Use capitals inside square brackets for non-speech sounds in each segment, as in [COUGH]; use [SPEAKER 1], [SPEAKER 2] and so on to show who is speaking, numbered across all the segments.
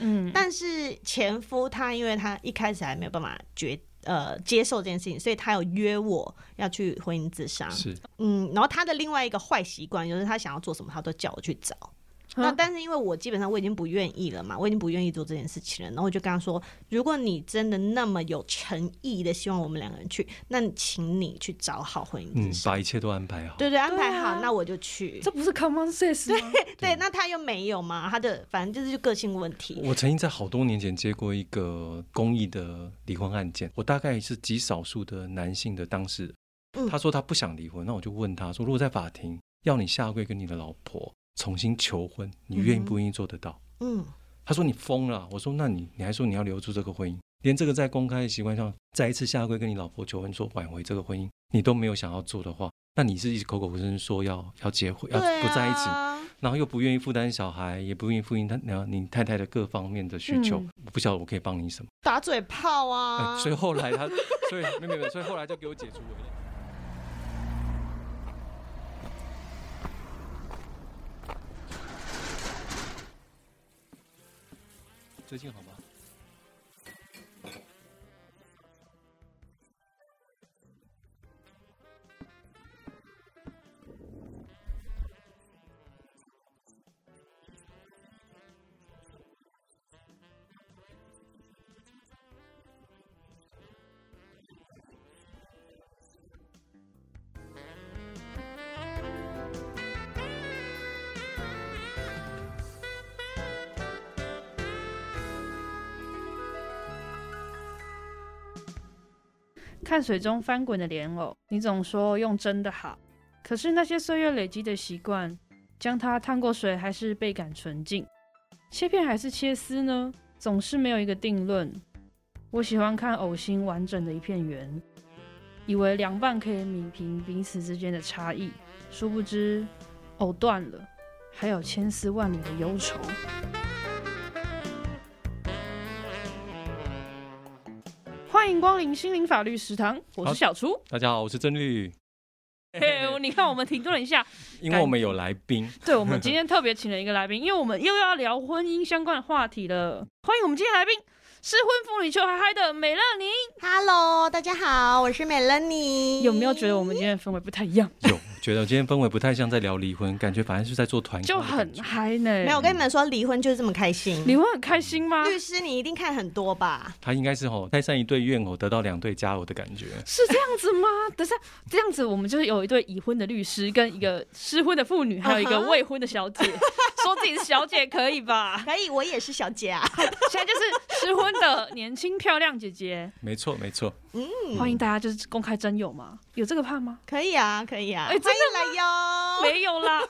[SPEAKER 1] 嗯，
[SPEAKER 2] 但是前夫他因为他一开始还没有办法决呃接受这件事情，所以他有约我要去婚姻自商。
[SPEAKER 3] 是
[SPEAKER 2] 嗯，然后他的另外一个坏习惯就是他想要做什么，他都叫我去找。
[SPEAKER 3] 嗯
[SPEAKER 2] 那但是因为我基本上我已经不愿意了嘛，我已经不愿意做这件事情了。然后我就跟他说，如果你真的那么有诚意的希望我们两个人去，那你请你去找好婚姻
[SPEAKER 3] 嗯
[SPEAKER 2] 之，商，
[SPEAKER 3] 把一切都安排好。
[SPEAKER 2] 对对，安排好，
[SPEAKER 1] 对啊
[SPEAKER 2] 那我就去。
[SPEAKER 1] 这不是 common sense 吗？
[SPEAKER 2] 对，那他又没有嘛，他的反正就是个性问题。
[SPEAKER 3] 我曾经在好多年前接过一个公益的离婚案件，我大概是极少数的男性的当事
[SPEAKER 2] 嗯
[SPEAKER 3] 人。他说他不想离婚，那我就问他说，如果在法庭要你下跪跟你的老婆重新求婚，你愿意不愿意做得到？
[SPEAKER 2] 嗯，
[SPEAKER 3] 他说你疯了啊。我说那你你还说你要留住这个婚姻，连这个在公开的习惯上再一次下跪跟你老婆求婚说挽回这个婚姻，你都没有想要做的话，那你是一直口口声声说要要结婚，要
[SPEAKER 2] 对啊，
[SPEAKER 3] 不在一起，然后又不愿意负担小孩，也不愿意负担他然后你太太的各方面的需求，
[SPEAKER 1] 嗯
[SPEAKER 3] 我不晓得我可以帮你什么。
[SPEAKER 2] 打嘴炮啊。
[SPEAKER 3] 哎所以后来他，所以没有没有没有，所以后来就给我解除委任。最近好吗？
[SPEAKER 1] [LAUGHS] 看水中翻滚的莲藕，你总说用真的好，可是那些岁月累积的习惯，将它烫过水，还是倍感纯净。切片还是切丝呢？总是没有一个定论。我喜欢看藕心完整的一片圆，以为凉拌可以弭平彼此之间的差异，殊不知藕断了，还有千丝万缕的忧愁。欢迎光临心灵法律食堂，我是
[SPEAKER 3] 好
[SPEAKER 1] 小厨。
[SPEAKER 3] 大家好，我是曾律。
[SPEAKER 1] 嘿，你看我们停顿了一下，
[SPEAKER 3] 因为我们有来宾，
[SPEAKER 1] 对我们今天特别请了一个来宾，因为我们又要聊婚姻相关的话题了。欢迎我们今天来宾失婚妇女球嗨嗨的美乐妮。
[SPEAKER 2] Hello，大家好，我是美乐妮。
[SPEAKER 1] 有没有觉得我们今天的氛围不太一样，
[SPEAKER 3] 有觉得我今天氛围不太像在聊离婚，感觉反而是在做团康
[SPEAKER 1] 就
[SPEAKER 3] 的感
[SPEAKER 1] 很
[SPEAKER 3] 觉
[SPEAKER 1] 嗨呢？
[SPEAKER 2] 没有，我跟你们说，离婚就是这么开心。
[SPEAKER 1] 你会很开心吗？
[SPEAKER 2] 律师，你一定看很多吧？
[SPEAKER 3] 他应该是吼，拆散一对怨偶，得到两对佳偶的感觉。
[SPEAKER 1] 是这样子吗？ [LAUGHS] 等一下这样子，我们就是有一对已婚的律师，跟一个失婚的妇女，还有一个
[SPEAKER 2] 嗯哼
[SPEAKER 1] 未婚的小
[SPEAKER 2] [LAUGHS]
[SPEAKER 1] 姐。说自己是小姐可以吧？
[SPEAKER 2] 可以，我也是小姐
[SPEAKER 1] [LAUGHS]
[SPEAKER 2] 啊。
[SPEAKER 1] 现在就是失婚的年轻漂亮姐姐，
[SPEAKER 3] 没错，没错，
[SPEAKER 2] 嗯
[SPEAKER 1] 欢迎大家就是公开真有吗？有这个怕吗？
[SPEAKER 2] 可以啊，可以啊，
[SPEAKER 1] 哎真
[SPEAKER 2] 欢迎来哟。
[SPEAKER 1] [LAUGHS] 没有啦。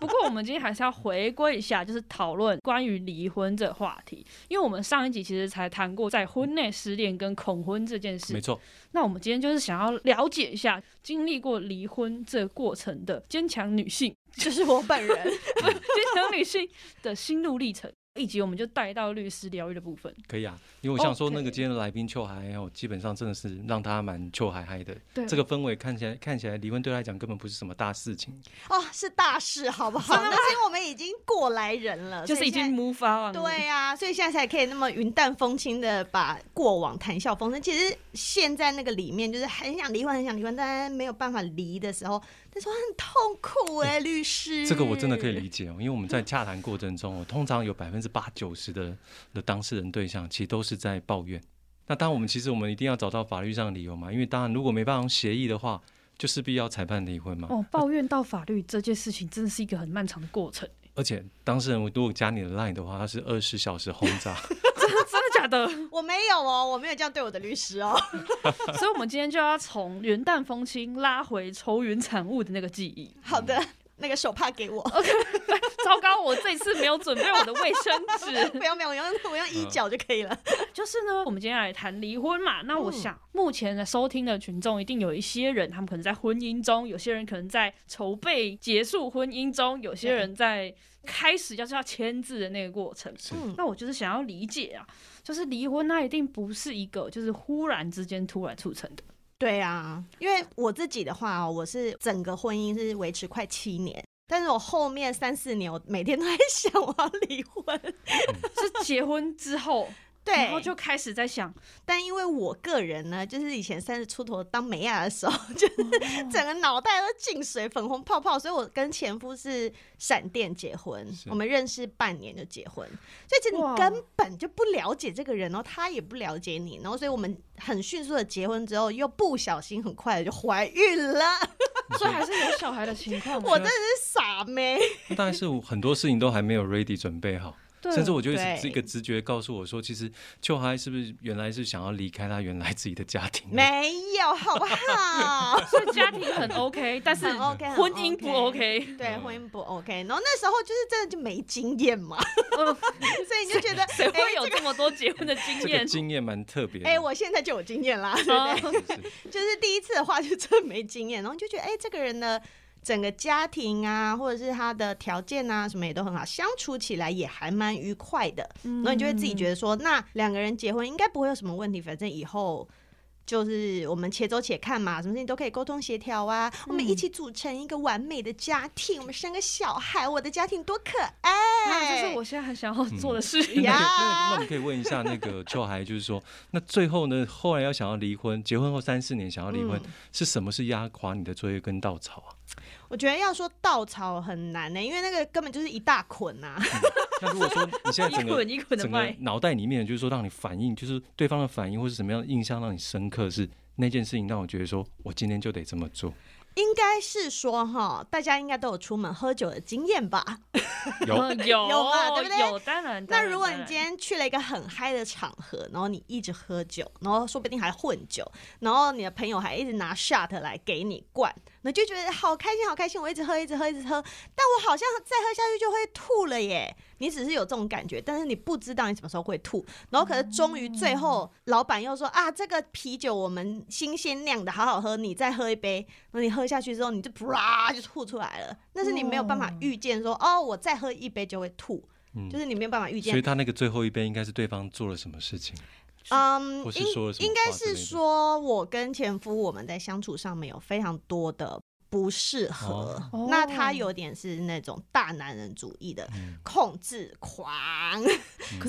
[SPEAKER 1] 不过我们今天还是要回归一下，就是讨论关于离婚这话题，因为我们上一集其实才谈过在婚内失恋跟恐婚这件
[SPEAKER 3] 没
[SPEAKER 1] 事。
[SPEAKER 3] 错。
[SPEAKER 1] 那我们今天就是想要了解一下经历过离婚这个过程的坚强女性， [LAUGHS]
[SPEAKER 2] 就是我本人，
[SPEAKER 1] 不是坚强女性的心路历程。以及我们就带到律师疗愈的部分，
[SPEAKER 3] 可以啊，因为我想说，
[SPEAKER 1] OK
[SPEAKER 3] 那个今天的来宾秋海哦，基本上真的是让他蛮秋海嗨的。
[SPEAKER 1] 对
[SPEAKER 3] 这个氛围看起来，看起来离婚对他来讲根本不是什么大事情。
[SPEAKER 2] 哦，是大事，好不好？那是因为我们已经过来人了，
[SPEAKER 1] 就是
[SPEAKER 2] 所
[SPEAKER 1] 已
[SPEAKER 2] 以
[SPEAKER 1] 经
[SPEAKER 2] 现在。
[SPEAKER 1] move on 了。
[SPEAKER 2] 对啊，所以现在才可以那么云淡风轻的把过往谈笑风生。其实现在那个里面就是很想离婚，很想离婚，但没有办法离的时候，但是我很痛苦哎、律
[SPEAKER 1] 嗯
[SPEAKER 2] 师。
[SPEAKER 3] 这个我真的可以理解哦，因为我们在洽谈过程中，我通常有百分之八九十的的当事人对象，其实都是在抱怨。那当然，我们其实我们一定要找到法律上的理由嘛，因为当然如果没办法用协议的话，就势必要裁判离婚嘛。
[SPEAKER 1] 哦，抱怨到法律这件事情，真的是一个很漫长的过程。
[SPEAKER 3] 而且当事人如果加你的 line 的话，他是二十小时轰
[SPEAKER 1] [LAUGHS]
[SPEAKER 3] 炸。
[SPEAKER 1] [LAUGHS] 真的假的？
[SPEAKER 2] 我没有哦，我没有这样对我的律师哦。
[SPEAKER 1] [LAUGHS] 所以，我们今天就要从云淡风轻拉回愁云惨雾的那个记忆。
[SPEAKER 3] 嗯
[SPEAKER 2] 好的，那个手帕给
[SPEAKER 3] [LAUGHS]
[SPEAKER 2] 我。
[SPEAKER 3] 哦
[SPEAKER 1] 糟糕，我这一次没有准备我的卫生纸。
[SPEAKER 2] 不用不用，我用我用衣角就可以了。
[SPEAKER 1] [LAUGHS] 就是呢，我们今天来谈离婚嘛。那我想，目前的收听的群众一定有一些人，他们可能在婚姻中，有些人可能在筹备结束婚姻中，有些人在开始要是要签字的那个过程。
[SPEAKER 3] 是
[SPEAKER 2] 嗯
[SPEAKER 1] 那我就是想要理解啊，就是离婚那一定不是一个就是忽然之间突然促成 [LAUGHS] 的。
[SPEAKER 2] 对啊，因为我自己的话、哦，我是整个婚姻是维持快七年，但是我后面三四年，我每天都在想我要离婚。
[SPEAKER 1] 是结婚之后，
[SPEAKER 2] 对，
[SPEAKER 1] 然后就开始在想，
[SPEAKER 2] 但因为我个人呢，就是以前三十出头当美亚的时候， [LAUGHS] 就是整个脑袋都进水、粉红泡泡，所以我跟前夫是闪电结婚
[SPEAKER 3] 是，
[SPEAKER 2] 我们认识半年就结婚，所以其实
[SPEAKER 1] 哇
[SPEAKER 2] 你根本就不了解这个人，然后他也不了解你，然后所以我们很迅速的结婚之后，又不小心很快的就怀孕
[SPEAKER 1] [LAUGHS]
[SPEAKER 2] 了，
[SPEAKER 1] 所以还是有小孩的情况。
[SPEAKER 2] 我真的是傻
[SPEAKER 1] [LAUGHS]
[SPEAKER 2] 妹，
[SPEAKER 3] 那当然是我很多事情都还没有 ready 准备好，
[SPEAKER 1] 对
[SPEAKER 3] 甚至我觉得
[SPEAKER 2] 对
[SPEAKER 3] 是一个直觉告诉我说，其实秋嗨是不是原来是想要离开他原来自己的家庭？
[SPEAKER 2] 没有好不好？
[SPEAKER 1] [LAUGHS] 所以家庭
[SPEAKER 3] [LAUGHS]
[SPEAKER 1] 很 OK，但是
[SPEAKER 2] 很 OK，很
[SPEAKER 1] 婚姻不 OK。
[SPEAKER 2] 对，婚姻不 OK。然后那时候就是真的就没经验嘛，
[SPEAKER 1] 嗯，
[SPEAKER 2] 所以你就觉得
[SPEAKER 1] 谁会
[SPEAKER 2] 哎
[SPEAKER 1] 有这么多结婚的经
[SPEAKER 3] 这
[SPEAKER 1] 验
[SPEAKER 3] 个？经验蛮特别的。
[SPEAKER 2] 哎、我现在就有经
[SPEAKER 1] [LAUGHS]
[SPEAKER 2] 验啦，对
[SPEAKER 1] 啊
[SPEAKER 2] 不
[SPEAKER 3] 是是
[SPEAKER 2] 对？就是第一次的话，就真没经验，然后就觉得，哎、这个人的整个家庭啊，或者是他的条件啊，什么也都很好，相处起来也还蛮愉快的。
[SPEAKER 1] 嗯
[SPEAKER 2] 然后你就会自己觉得说，那两个人结婚应该不会有什么问题，反正以后。就是我们且走且看嘛，什么事情都可以沟通协调啊。
[SPEAKER 1] 嗯
[SPEAKER 2] 我们一起组成一个完美的家庭，我们生个小孩，我的家庭多可
[SPEAKER 1] 啊，
[SPEAKER 2] 爱！
[SPEAKER 1] 这是我现在很想要做的事
[SPEAKER 3] 那
[SPEAKER 1] 情
[SPEAKER 2] 嗯。 [LAUGHS] 呀
[SPEAKER 3] 那那我们可以问一下那个秋海，就是说，那最后呢，后来要想要离婚，结婚后三四年想要离婚，
[SPEAKER 2] 嗯
[SPEAKER 3] 是什么是压垮你的最后一根稻草啊？
[SPEAKER 2] 我觉得要说稻草很难呢、因为那个根本就是一大捆啊。
[SPEAKER 3] 那如果说你
[SPEAKER 1] [LAUGHS]
[SPEAKER 3] 现
[SPEAKER 2] [LAUGHS]
[SPEAKER 3] 在整
[SPEAKER 1] 一
[SPEAKER 3] 个
[SPEAKER 1] 捆一捆的
[SPEAKER 3] 整个
[SPEAKER 1] 卖，
[SPEAKER 3] 脑袋里面，就是说让你反应，就是对方的反应或是什么样的印象让你深刻，是那件事情让我觉得说我今天就得这么做。
[SPEAKER 2] 应该是说哈，大家应该都有出门喝酒的经验吧？
[SPEAKER 3] 有，
[SPEAKER 1] 嗯有
[SPEAKER 2] 有嘛对不对
[SPEAKER 1] 有，当然。当
[SPEAKER 2] 那
[SPEAKER 1] 然
[SPEAKER 2] 如果你
[SPEAKER 1] 当然
[SPEAKER 2] 今天去了一个很嗨的场合，然后你一直喝酒，然后说不定还混酒，然后你的朋友还一直拿 shot 来给你灌，你就觉得好开心，好开心，我一直喝，一直喝，一直喝，但我好像再喝下去就会吐了耶。你只是有这种感觉，但是你不知道你什么时候会吐。然后可是终于最后，
[SPEAKER 3] 嗯
[SPEAKER 2] 老板又说啊，这个啤酒我们新鲜酿的，好好喝，你再喝一杯。那你喝下去之后，你就啪就吐出来了。但是你没有办法预见说，哦，我再喝一杯就会吐，
[SPEAKER 3] 嗯
[SPEAKER 2] 就是你没有办法预见
[SPEAKER 3] 所以。他那个最后一杯应该是对方做了什么事情，
[SPEAKER 2] 嗯
[SPEAKER 3] 或，是
[SPEAKER 2] 应
[SPEAKER 3] 说了什么
[SPEAKER 2] 应该
[SPEAKER 3] 话之类
[SPEAKER 2] 是
[SPEAKER 3] 的
[SPEAKER 2] 说我跟前夫我们在相处上面有非常多的不适合，
[SPEAKER 1] 哦
[SPEAKER 2] 那他有点是那种大男人主义的
[SPEAKER 3] 嗯
[SPEAKER 2] 控制狂，
[SPEAKER 1] 可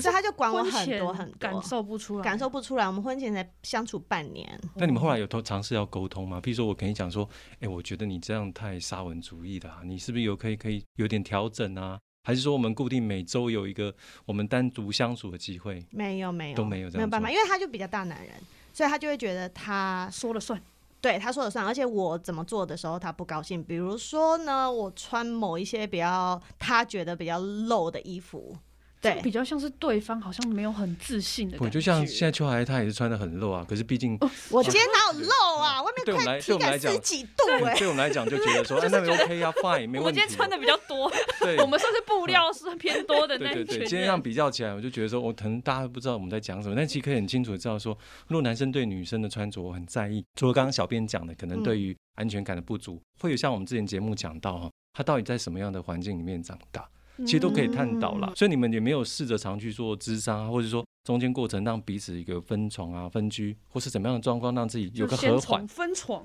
[SPEAKER 2] [LAUGHS] 所以他就管我
[SPEAKER 1] 婚
[SPEAKER 2] 很
[SPEAKER 1] 前
[SPEAKER 2] 多很多，
[SPEAKER 1] 感受不出来，
[SPEAKER 2] 感受不出来。我们婚前才相处半年，
[SPEAKER 3] 那你们后来有偷尝试要沟通吗？比如说我跟你讲说，哎、我觉得你这样太沙文主义了、啊，你是不是有可以可以有点调整啊？还是说我们固定每周有一个我们单独相处的机会？
[SPEAKER 2] 没有没有
[SPEAKER 3] 都没有这样
[SPEAKER 2] 没有办法，
[SPEAKER 3] 做
[SPEAKER 2] 因为他就比较大男人，所以他就会觉得他
[SPEAKER 1] 说了算。
[SPEAKER 2] 对他说了算，而且我怎么做的时候他不高兴。比如说呢，我穿某一些比较他觉得比较露的衣服，对
[SPEAKER 1] 这比较像是对方好像没有很自信的感
[SPEAKER 3] 我就
[SPEAKER 1] 觉。
[SPEAKER 3] 像现在秋海她也是穿的很露啊，可是毕竟
[SPEAKER 2] 我今天哪有露啊？外
[SPEAKER 3] 对
[SPEAKER 2] 面
[SPEAKER 3] 我们
[SPEAKER 2] 快体
[SPEAKER 3] 来对我们来
[SPEAKER 2] 感
[SPEAKER 3] 讲
[SPEAKER 2] 十几度哎、
[SPEAKER 3] 对我们来讲就觉得说，哎、那没 OK 啊，fine，没
[SPEAKER 1] 我们
[SPEAKER 3] 问题
[SPEAKER 1] 今
[SPEAKER 3] 啊。
[SPEAKER 1] 天穿的比较多，
[SPEAKER 3] 对，
[SPEAKER 1] 我们算是布料是偏多的那
[SPEAKER 3] 对对
[SPEAKER 1] 一群
[SPEAKER 3] 对，
[SPEAKER 1] 人。
[SPEAKER 3] 今天让比较起来，我就觉得说，我可能大家不知道我们在讲什么，但其实可以很清楚地知道说，如果男生对女生的穿着我很在意，除了刚刚小编讲的，可能
[SPEAKER 2] 嗯
[SPEAKER 3] 对于安全感的不足，会有像我们之前节目讲到哈，他到底在什么样的环境里面长大，其实都可以探讨啦。
[SPEAKER 2] 嗯
[SPEAKER 3] 所以你们也没有试着常去做智商啊，或者说中间过程让彼此一个分床啊、分居，或是怎么样的状况让自己有
[SPEAKER 1] 就
[SPEAKER 3] 个
[SPEAKER 1] 先
[SPEAKER 3] 和
[SPEAKER 1] 从
[SPEAKER 3] 缓。
[SPEAKER 1] 分床。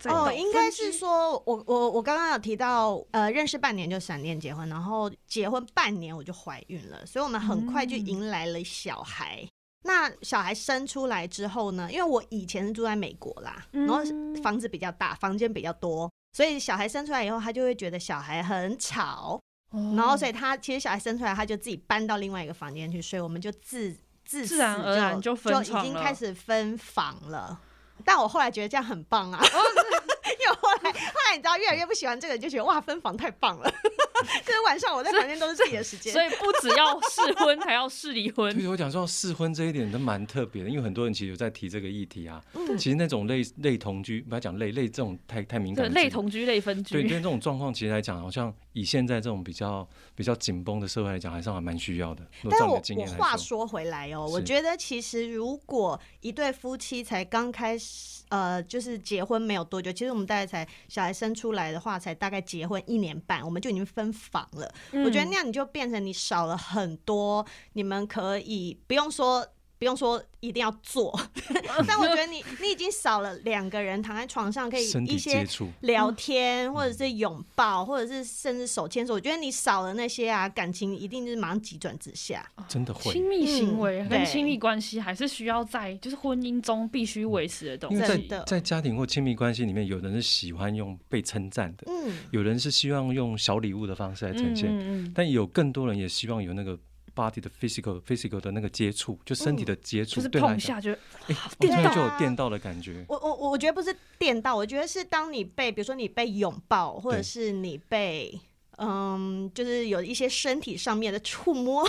[SPEAKER 1] 再到
[SPEAKER 2] 哦，
[SPEAKER 1] 分居
[SPEAKER 2] 应该是说，我我我刚刚有提到，呃，认识半年就闪电结婚，然后结婚半年我就怀孕了，所以我们很快就
[SPEAKER 1] 嗯
[SPEAKER 2] 迎来了小孩。那小孩生出来之后呢，因为我以前是住在美国啦，然后
[SPEAKER 1] 嗯
[SPEAKER 2] 房子比较大，房间比较多，所以小孩生出来以后，他就会觉得小孩很吵，
[SPEAKER 1] 哦
[SPEAKER 2] 然后所以他其实小孩生出来，他就自己搬到另外一个房间去睡，我们就自自
[SPEAKER 1] 自然
[SPEAKER 2] 此
[SPEAKER 1] 而然就
[SPEAKER 2] 就
[SPEAKER 1] 分
[SPEAKER 2] 已
[SPEAKER 1] 床
[SPEAKER 2] 经
[SPEAKER 1] 了
[SPEAKER 2] 开始分房了。但我后来觉得这样很棒啊，
[SPEAKER 1] 哦
[SPEAKER 2] [LAUGHS] 因为我后来后来你知道越来越不喜欢这个，你就觉得哇分房太棒了， [LAUGHS] 就是晚上我在房间都是自己的时间。
[SPEAKER 1] 所以不只要试婚，还要试
[SPEAKER 3] [LAUGHS]
[SPEAKER 1] 离婚
[SPEAKER 3] 对，。我讲说试婚这一点都蛮特别的，因为很多人其实有在提这个议题啊。
[SPEAKER 2] 嗯
[SPEAKER 3] 其实那种类类同居，不要讲类类这种太太敏感
[SPEAKER 1] 对，
[SPEAKER 3] 的字眼，
[SPEAKER 1] 类同居、类分
[SPEAKER 3] 对，
[SPEAKER 1] 居，
[SPEAKER 3] 对这种状况其实来讲，好像以现在这种比较比较紧绷的社会来讲，还是还蛮需要的。如果
[SPEAKER 2] 但
[SPEAKER 3] 照
[SPEAKER 2] 是
[SPEAKER 3] 你
[SPEAKER 2] 我
[SPEAKER 3] 的经
[SPEAKER 2] 我
[SPEAKER 3] 验来
[SPEAKER 2] 话
[SPEAKER 3] 说，
[SPEAKER 2] 说回来哦，我
[SPEAKER 3] 是
[SPEAKER 2] 觉得其实如果一对夫妻才刚开始，呃，就是结婚没有多久，其实我们大概才小孩生出来的话，才大概结婚一年半，我们就已经分房了。
[SPEAKER 3] 嗯
[SPEAKER 2] 嗯我觉得那样你就变成你少了很多，你们可以不用说。不用说一定要做， [LAUGHS] 但我觉得 [LAUGHS] 你你已经少了两个人躺在床上可以
[SPEAKER 3] 身体
[SPEAKER 2] 一些
[SPEAKER 3] 接触，嗯
[SPEAKER 2] 聊天，或者是拥抱，或者是甚至手牵手。我觉得你少了那些啊，感情一定就是马上急转直下。
[SPEAKER 3] 真的会
[SPEAKER 1] 亲密行为
[SPEAKER 2] 嗯
[SPEAKER 1] 跟
[SPEAKER 2] 对
[SPEAKER 1] 亲密关系还是需要在就是婚姻中必须维持的东
[SPEAKER 3] 因为
[SPEAKER 1] 西。
[SPEAKER 2] 真的
[SPEAKER 3] 在在家庭或亲密关系里面，有人是喜欢用被称赞的，
[SPEAKER 2] 嗯，
[SPEAKER 3] 有人是希望用小礼物的方式来呈现，
[SPEAKER 1] 嗯嗯
[SPEAKER 3] 但有更多人也希望有那个 body 的 physical physical 的那个接触，就身
[SPEAKER 2] 嗯
[SPEAKER 3] 体的接触，
[SPEAKER 1] 就是
[SPEAKER 3] 对他来
[SPEAKER 1] 碰一
[SPEAKER 3] 讲，
[SPEAKER 1] 下就
[SPEAKER 3] 哎，我
[SPEAKER 2] 电
[SPEAKER 3] 突
[SPEAKER 2] 到
[SPEAKER 3] 然就有
[SPEAKER 2] 啊
[SPEAKER 3] 电到的感觉，
[SPEAKER 2] 我我我觉得不是电到，我觉得是当你被，比如说你被拥抱，或者是你被。嗯，就是有一些身体上面的触摸，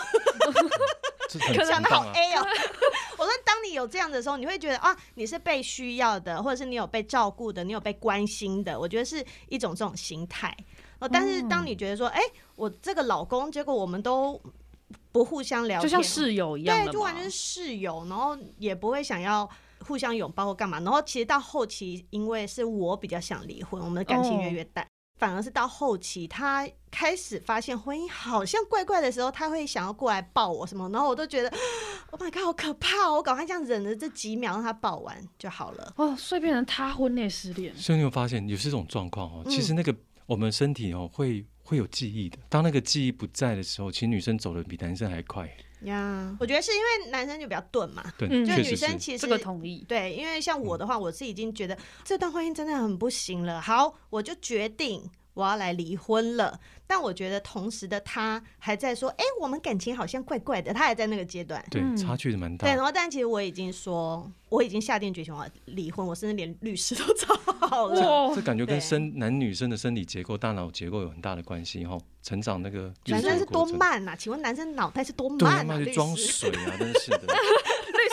[SPEAKER 3] 这很
[SPEAKER 2] 讲
[SPEAKER 3] 很
[SPEAKER 2] 的好
[SPEAKER 3] 棒啊。
[SPEAKER 2] A 哦。 [LAUGHS] 我说，当你有这样的时候，你会觉得啊，你是被需要的，或者是你有被照顾的，你有被关心的。我觉得是一种这种心态。哦，但是当你觉得说，哎、我这个老公，结果我们都不互相聊天，
[SPEAKER 1] 就像室友一样的嘛
[SPEAKER 2] 对，就完全是室友，然后也不会想要互相拥抱或干嘛。然后其实到后期，因为是我比较想离婚，我们的感
[SPEAKER 1] 哦
[SPEAKER 2] 情越来越淡。反而是到后期，他开始发现婚姻好像怪怪的时候，他会想要过来抱我什么，然后我都觉得，Oh my god，好可怕、哦！我赶快这样忍了这几秒，让他抱完就好了。
[SPEAKER 1] 哦，所以变成他婚内失恋。
[SPEAKER 3] 所以你有发现，有这种状况哦，
[SPEAKER 2] 嗯
[SPEAKER 3] 其实那个我们身体哦会会有记忆的，当那个记忆不在的时候，其实女生走的比男生还快，
[SPEAKER 2] 呀、我觉得是因为男生就比较钝嘛，
[SPEAKER 3] 对，
[SPEAKER 1] 嗯
[SPEAKER 2] 就
[SPEAKER 3] 确
[SPEAKER 2] 女
[SPEAKER 3] 实
[SPEAKER 2] 生
[SPEAKER 3] 是。
[SPEAKER 2] 其实
[SPEAKER 1] 这个同意，
[SPEAKER 2] 对，因为像
[SPEAKER 3] 嗯
[SPEAKER 2] 我的话，我是已经觉得这段婚姻真的很不行了，好，我就决定我要来离婚了。但我觉得同时的他还在说，哎、我们感情好像怪怪的，他还在那个阶段。
[SPEAKER 3] 对，
[SPEAKER 1] 嗯
[SPEAKER 3] 差距是蛮大
[SPEAKER 2] 对，
[SPEAKER 3] 的。
[SPEAKER 2] 然后但其实我已经说，我已经下定决心我要离婚，我甚至连律师都 [LAUGHS] 找好了。
[SPEAKER 1] 哇
[SPEAKER 3] 这，感觉跟
[SPEAKER 2] 哦对
[SPEAKER 3] 生男女生的生理结构、大脑结构有很大的关系哈、哦，成长那个
[SPEAKER 2] 男生
[SPEAKER 3] 运
[SPEAKER 2] 是
[SPEAKER 3] 作
[SPEAKER 2] 多
[SPEAKER 3] 过程，
[SPEAKER 2] 慢呐、啊请问男生脑袋是多
[SPEAKER 3] 对，
[SPEAKER 2] 慢
[SPEAKER 3] 他
[SPEAKER 2] 啊？
[SPEAKER 3] 妈
[SPEAKER 2] 律
[SPEAKER 3] 去
[SPEAKER 2] 师
[SPEAKER 3] 装水啊，真是的。
[SPEAKER 1] 律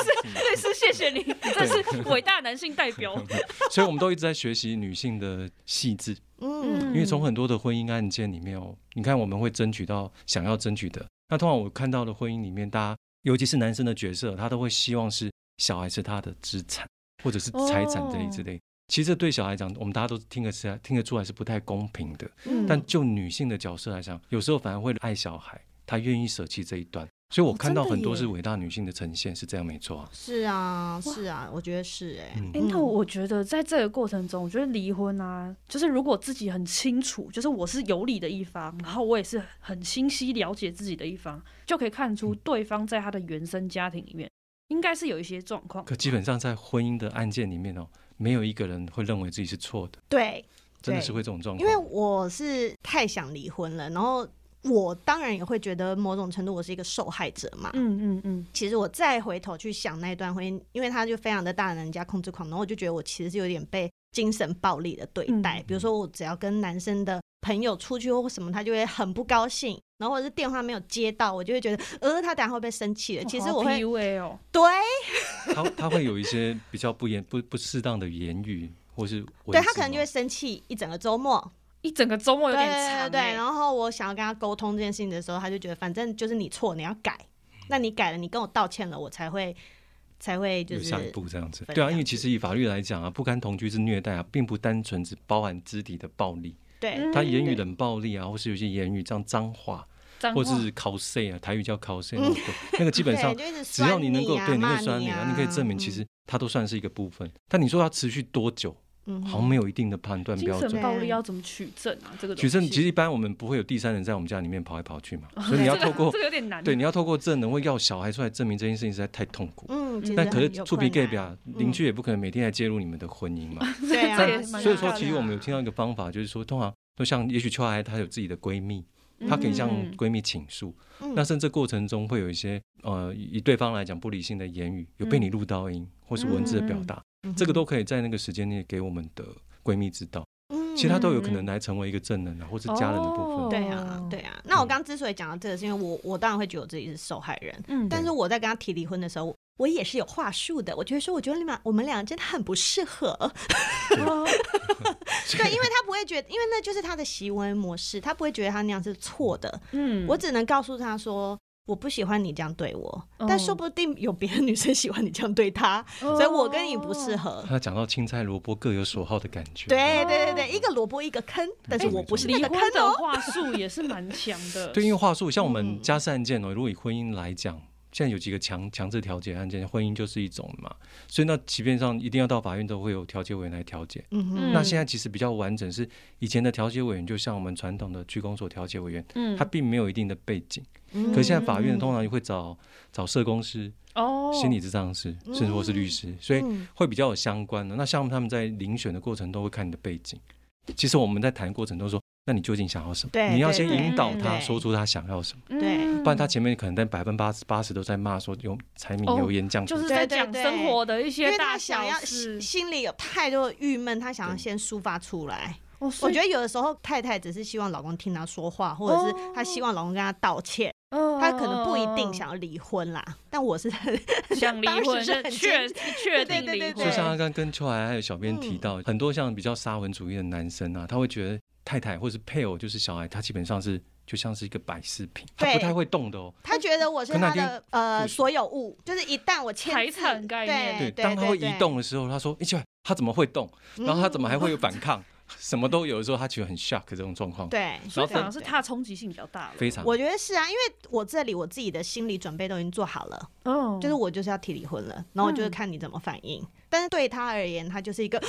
[SPEAKER 1] 师，律师，谢
[SPEAKER 3] [LAUGHS]
[SPEAKER 1] 谢你，这是伟大男性代表。 [LAUGHS]
[SPEAKER 3] 所以我们都一直在学习女性的细致，
[SPEAKER 2] 嗯，
[SPEAKER 3] 因为从很多的婚姻案件里面哦，你看我们会争取到想要争取的。那通常我看到的婚姻里面，大家尤其是男生的角色，他都会希望是小孩是他的资产或者是财产这一
[SPEAKER 2] 哦
[SPEAKER 3] 之类。其实这对小孩讲，我们大家都听得出来，听得出来是不太公平的。
[SPEAKER 2] 嗯
[SPEAKER 3] 但就女性的角色来讲，有时候反而会爱小孩，她愿意舍弃这一段。所以我
[SPEAKER 1] 哦
[SPEAKER 3] 看到
[SPEAKER 1] 真的
[SPEAKER 3] 很多
[SPEAKER 1] 耶
[SPEAKER 3] 是伟大女性的呈现，是这样没错啊。
[SPEAKER 2] 是啊，是啊，我觉得是哎、
[SPEAKER 3] 嗯
[SPEAKER 1] 哎、那我觉得在这个过程中，我觉得离婚啊，就是如果自己很清楚，就是我是有理的一方，然后我也是很清晰了解自己的一方，就可以看出
[SPEAKER 3] 嗯
[SPEAKER 1] 对方在他的原生家庭里面应该是有一些状况。
[SPEAKER 3] 可基本上在婚姻的案件里面哦，没有一个人会认为自己是错的，
[SPEAKER 2] 对，
[SPEAKER 3] 真的
[SPEAKER 2] 对
[SPEAKER 3] 是会这种状
[SPEAKER 2] 因
[SPEAKER 3] 况。
[SPEAKER 2] 为我是太想离婚了，然后我当然也会觉得某种程度我是一个受害者嘛。
[SPEAKER 1] 嗯嗯嗯，
[SPEAKER 2] 其实我再回头去想那一段婚姻，因为他就非常的大男加控制狂，然后我就觉得我其实是有点被精神暴力的对待。
[SPEAKER 1] 嗯
[SPEAKER 2] 比如说我只要跟男生的朋友出去或什么，他就会很不高兴，然后或者是电话没有接到，我就会觉得，呃，他等下会不会生气了？其实我会
[SPEAKER 1] PUA 哦，
[SPEAKER 2] 对
[SPEAKER 3] 他他会有一些比较不言不不适当的言语，或是文
[SPEAKER 2] 对，
[SPEAKER 3] 字
[SPEAKER 2] 他可能就
[SPEAKER 3] 哦
[SPEAKER 2] 会生气一整个周末，
[SPEAKER 1] 一整个周末有
[SPEAKER 2] 对
[SPEAKER 1] 点
[SPEAKER 2] 对
[SPEAKER 1] 长、
[SPEAKER 2] 对对，
[SPEAKER 1] 欸。
[SPEAKER 2] 然后我想要跟他沟通这件事情的时候，他就觉得反正就是你错，你要改。那你改了，你跟我道歉了，我才会才会就
[SPEAKER 3] 有
[SPEAKER 2] 是
[SPEAKER 3] 下一步这样子。
[SPEAKER 2] 分
[SPEAKER 3] 对啊，
[SPEAKER 2] 两
[SPEAKER 3] 因为
[SPEAKER 2] 次
[SPEAKER 3] 其实以法律来讲啊，不甘同居是虐待啊，并不单纯只包含肢体的暴力，
[SPEAKER 2] 对嗯
[SPEAKER 1] 嗯
[SPEAKER 3] 他言语冷暴力啊，或是有些言语这样脏话，
[SPEAKER 1] 脏话
[SPEAKER 3] 或是 cos 啊，台语叫 cos，那个那个基本上
[SPEAKER 2] 对就一直
[SPEAKER 3] 只要
[SPEAKER 2] 酸
[SPEAKER 3] 你能够
[SPEAKER 2] 啊
[SPEAKER 3] 对，你
[SPEAKER 2] 骂
[SPEAKER 3] 可以酸你
[SPEAKER 2] 啊，
[SPEAKER 3] 你可以证明其实它都算是一个部分。但你说它持续多久，
[SPEAKER 2] 嗯
[SPEAKER 3] 好像没有一定的判断
[SPEAKER 1] 精
[SPEAKER 3] 标
[SPEAKER 1] 神
[SPEAKER 3] 准。
[SPEAKER 1] 暴力要怎么取证啊？这个东
[SPEAKER 3] 举证
[SPEAKER 1] 西
[SPEAKER 3] 其实一般我们不会有第三人在我们家里面跑来跑去嘛，所以
[SPEAKER 2] 对
[SPEAKER 3] 你要
[SPEAKER 1] 这
[SPEAKER 3] 透
[SPEAKER 1] 个
[SPEAKER 3] 过
[SPEAKER 1] 这个有点难。
[SPEAKER 3] 对，你要透过证人或要小孩出来证明这件事情实在太痛苦。
[SPEAKER 2] 嗯，其
[SPEAKER 3] 但
[SPEAKER 2] 实
[SPEAKER 3] 可是
[SPEAKER 2] 很有
[SPEAKER 3] 触鼻
[SPEAKER 2] 困
[SPEAKER 3] gay
[SPEAKER 2] 难嗯
[SPEAKER 3] 表邻居也不可能每天来介入你们的婚姻嘛，
[SPEAKER 2] 对
[SPEAKER 1] 这也
[SPEAKER 2] 啊
[SPEAKER 1] 是，蛮
[SPEAKER 3] 所以
[SPEAKER 1] 重要
[SPEAKER 3] 说
[SPEAKER 1] 的
[SPEAKER 3] 其实我们有听到一个方法，就是说通常都像也许秋孩她有自己的闺蜜，她可以向
[SPEAKER 1] 嗯
[SPEAKER 3] 闺蜜倾诉，
[SPEAKER 2] 嗯
[SPEAKER 3] 那甚至过程中会有一些呃以对方来讲不理性的言语，有被
[SPEAKER 2] 嗯
[SPEAKER 3] 你录到音或是文字的表达，这个都可以在那个时间内给我们的闺蜜知道，
[SPEAKER 2] 嗯
[SPEAKER 3] 其他都有可能来成为一个证人啊，或是家人的部分。
[SPEAKER 1] 哦
[SPEAKER 2] 对啊对啊。那我刚刚之所以讲到这个，是因为我我当然会觉得我自己是受害人，
[SPEAKER 1] 嗯，
[SPEAKER 2] 但是我在跟他提离婚的时候，我我也是有话术的。我觉得说，我觉得你们我们俩真的很不适合，
[SPEAKER 1] 哦
[SPEAKER 2] 对，因
[SPEAKER 3] [LAUGHS]
[SPEAKER 2] 为他不会觉得，因为那就是他的行为模式，他不会觉得他那样是错的。
[SPEAKER 1] 嗯，
[SPEAKER 2] 我只能告诉他说，我不喜欢你这样对我，
[SPEAKER 1] 哦
[SPEAKER 2] 但说不定有别的女生喜欢你这样对她，所以我跟你不适
[SPEAKER 1] 合。
[SPEAKER 2] 合。
[SPEAKER 3] 他讲到青菜萝卜各有所好的感觉，
[SPEAKER 2] 对对对对，一个萝卜一个坑，但是
[SPEAKER 3] 哎
[SPEAKER 2] 我不是那
[SPEAKER 1] 离
[SPEAKER 2] 个
[SPEAKER 1] 婚
[SPEAKER 2] 坑
[SPEAKER 1] 的
[SPEAKER 2] 哦。
[SPEAKER 1] 话术也是蛮强的。
[SPEAKER 3] 对，因为话术像我们
[SPEAKER 2] 嗯
[SPEAKER 3] 家事案件哦，如果以婚姻来讲，现在有几个强强制调解案件，婚姻就是一种嘛，所以那即便上一定要到法院都会有调解委员来调解。
[SPEAKER 2] 嗯哼，
[SPEAKER 1] 嗯
[SPEAKER 3] 那现在其实比较完整是以前的调解委员，就像我们传统的区公所调解委员，
[SPEAKER 1] 嗯
[SPEAKER 3] 他并没有一定的背景，
[SPEAKER 2] 嗯
[SPEAKER 3] 可现在法院通常会找找社工师、
[SPEAKER 1] 哦，
[SPEAKER 3] 心理咨商师，
[SPEAKER 2] 嗯
[SPEAKER 3] 甚至或是律师，所以
[SPEAKER 2] 嗯
[SPEAKER 3] 会比较有相关的。那像他们在遴选的过程都会看你的背景。其实我们在谈的过程都说，那你究竟想要什么？
[SPEAKER 2] 对
[SPEAKER 3] 你要先
[SPEAKER 2] 对嗯
[SPEAKER 3] 引导
[SPEAKER 1] 对
[SPEAKER 3] 他
[SPEAKER 2] 对
[SPEAKER 3] 说出他想要什么，
[SPEAKER 1] 嗯
[SPEAKER 2] 对
[SPEAKER 3] 不然他前面可能在百分八十八十都在骂说用柴米油盐酱醋
[SPEAKER 1] 就
[SPEAKER 3] 茶
[SPEAKER 1] 是在
[SPEAKER 2] 对对
[SPEAKER 1] 讲
[SPEAKER 2] 对
[SPEAKER 1] 生活的一
[SPEAKER 2] 因
[SPEAKER 1] 些
[SPEAKER 2] 为
[SPEAKER 1] 大
[SPEAKER 2] 他
[SPEAKER 1] 小
[SPEAKER 2] 想要
[SPEAKER 1] 事
[SPEAKER 2] 心心里有太多的郁闷，他想要
[SPEAKER 3] 对
[SPEAKER 2] 先抒发出来。
[SPEAKER 1] 哦，
[SPEAKER 2] 我
[SPEAKER 1] 所以
[SPEAKER 2] 觉得有的时候太太只是希望老公听她说话，或者是
[SPEAKER 1] 哦
[SPEAKER 2] 她希望老公跟她道歉，
[SPEAKER 1] 嗯
[SPEAKER 2] 她可能不一定
[SPEAKER 1] 嗯
[SPEAKER 2] 想要离婚啦。但我
[SPEAKER 1] [LAUGHS]
[SPEAKER 2] 是
[SPEAKER 1] 哦想离
[SPEAKER 2] 当时
[SPEAKER 1] 婚，
[SPEAKER 2] 是
[SPEAKER 1] 是
[SPEAKER 2] 很
[SPEAKER 1] 确确
[SPEAKER 2] 对
[SPEAKER 1] 定
[SPEAKER 2] 对
[SPEAKER 1] 离
[SPEAKER 2] 对
[SPEAKER 1] 婚，
[SPEAKER 2] 对嗯
[SPEAKER 3] 就像刚刚跟秋海还有小编提到，很多像比较沙文主义的男生啊，他会觉得太太或是配偶就是小孩，他基本上是就像是一个摆饰品，他
[SPEAKER 2] 对
[SPEAKER 3] 不太会动的哦。
[SPEAKER 2] 她觉得我是
[SPEAKER 3] 跟她
[SPEAKER 2] 她的
[SPEAKER 3] 就
[SPEAKER 2] 呃
[SPEAKER 3] 是
[SPEAKER 2] 所有物，就是一旦我签
[SPEAKER 1] 财
[SPEAKER 2] 字
[SPEAKER 1] 产概念
[SPEAKER 2] 哎对嗯
[SPEAKER 3] 当他会移，动的时候，他说：“哎、欸，奇他怎么会动？然后他怎么还会有反抗？什么都有的时候，他觉得很 shock 这种状况，
[SPEAKER 2] 对，
[SPEAKER 1] 所以
[SPEAKER 3] 然后嗯
[SPEAKER 1] 反而是他冲击性比较大了。
[SPEAKER 3] 非常
[SPEAKER 2] 我觉得是啊，因为我这里我自己的心理准备都已经做好了，
[SPEAKER 1] 嗯，
[SPEAKER 2] 就是我就是要提离婚了，然后我就是
[SPEAKER 1] 嗯
[SPEAKER 2] 看你怎么反应。但是对他而言，他就是一
[SPEAKER 1] [LAUGHS]
[SPEAKER 2] 个啊，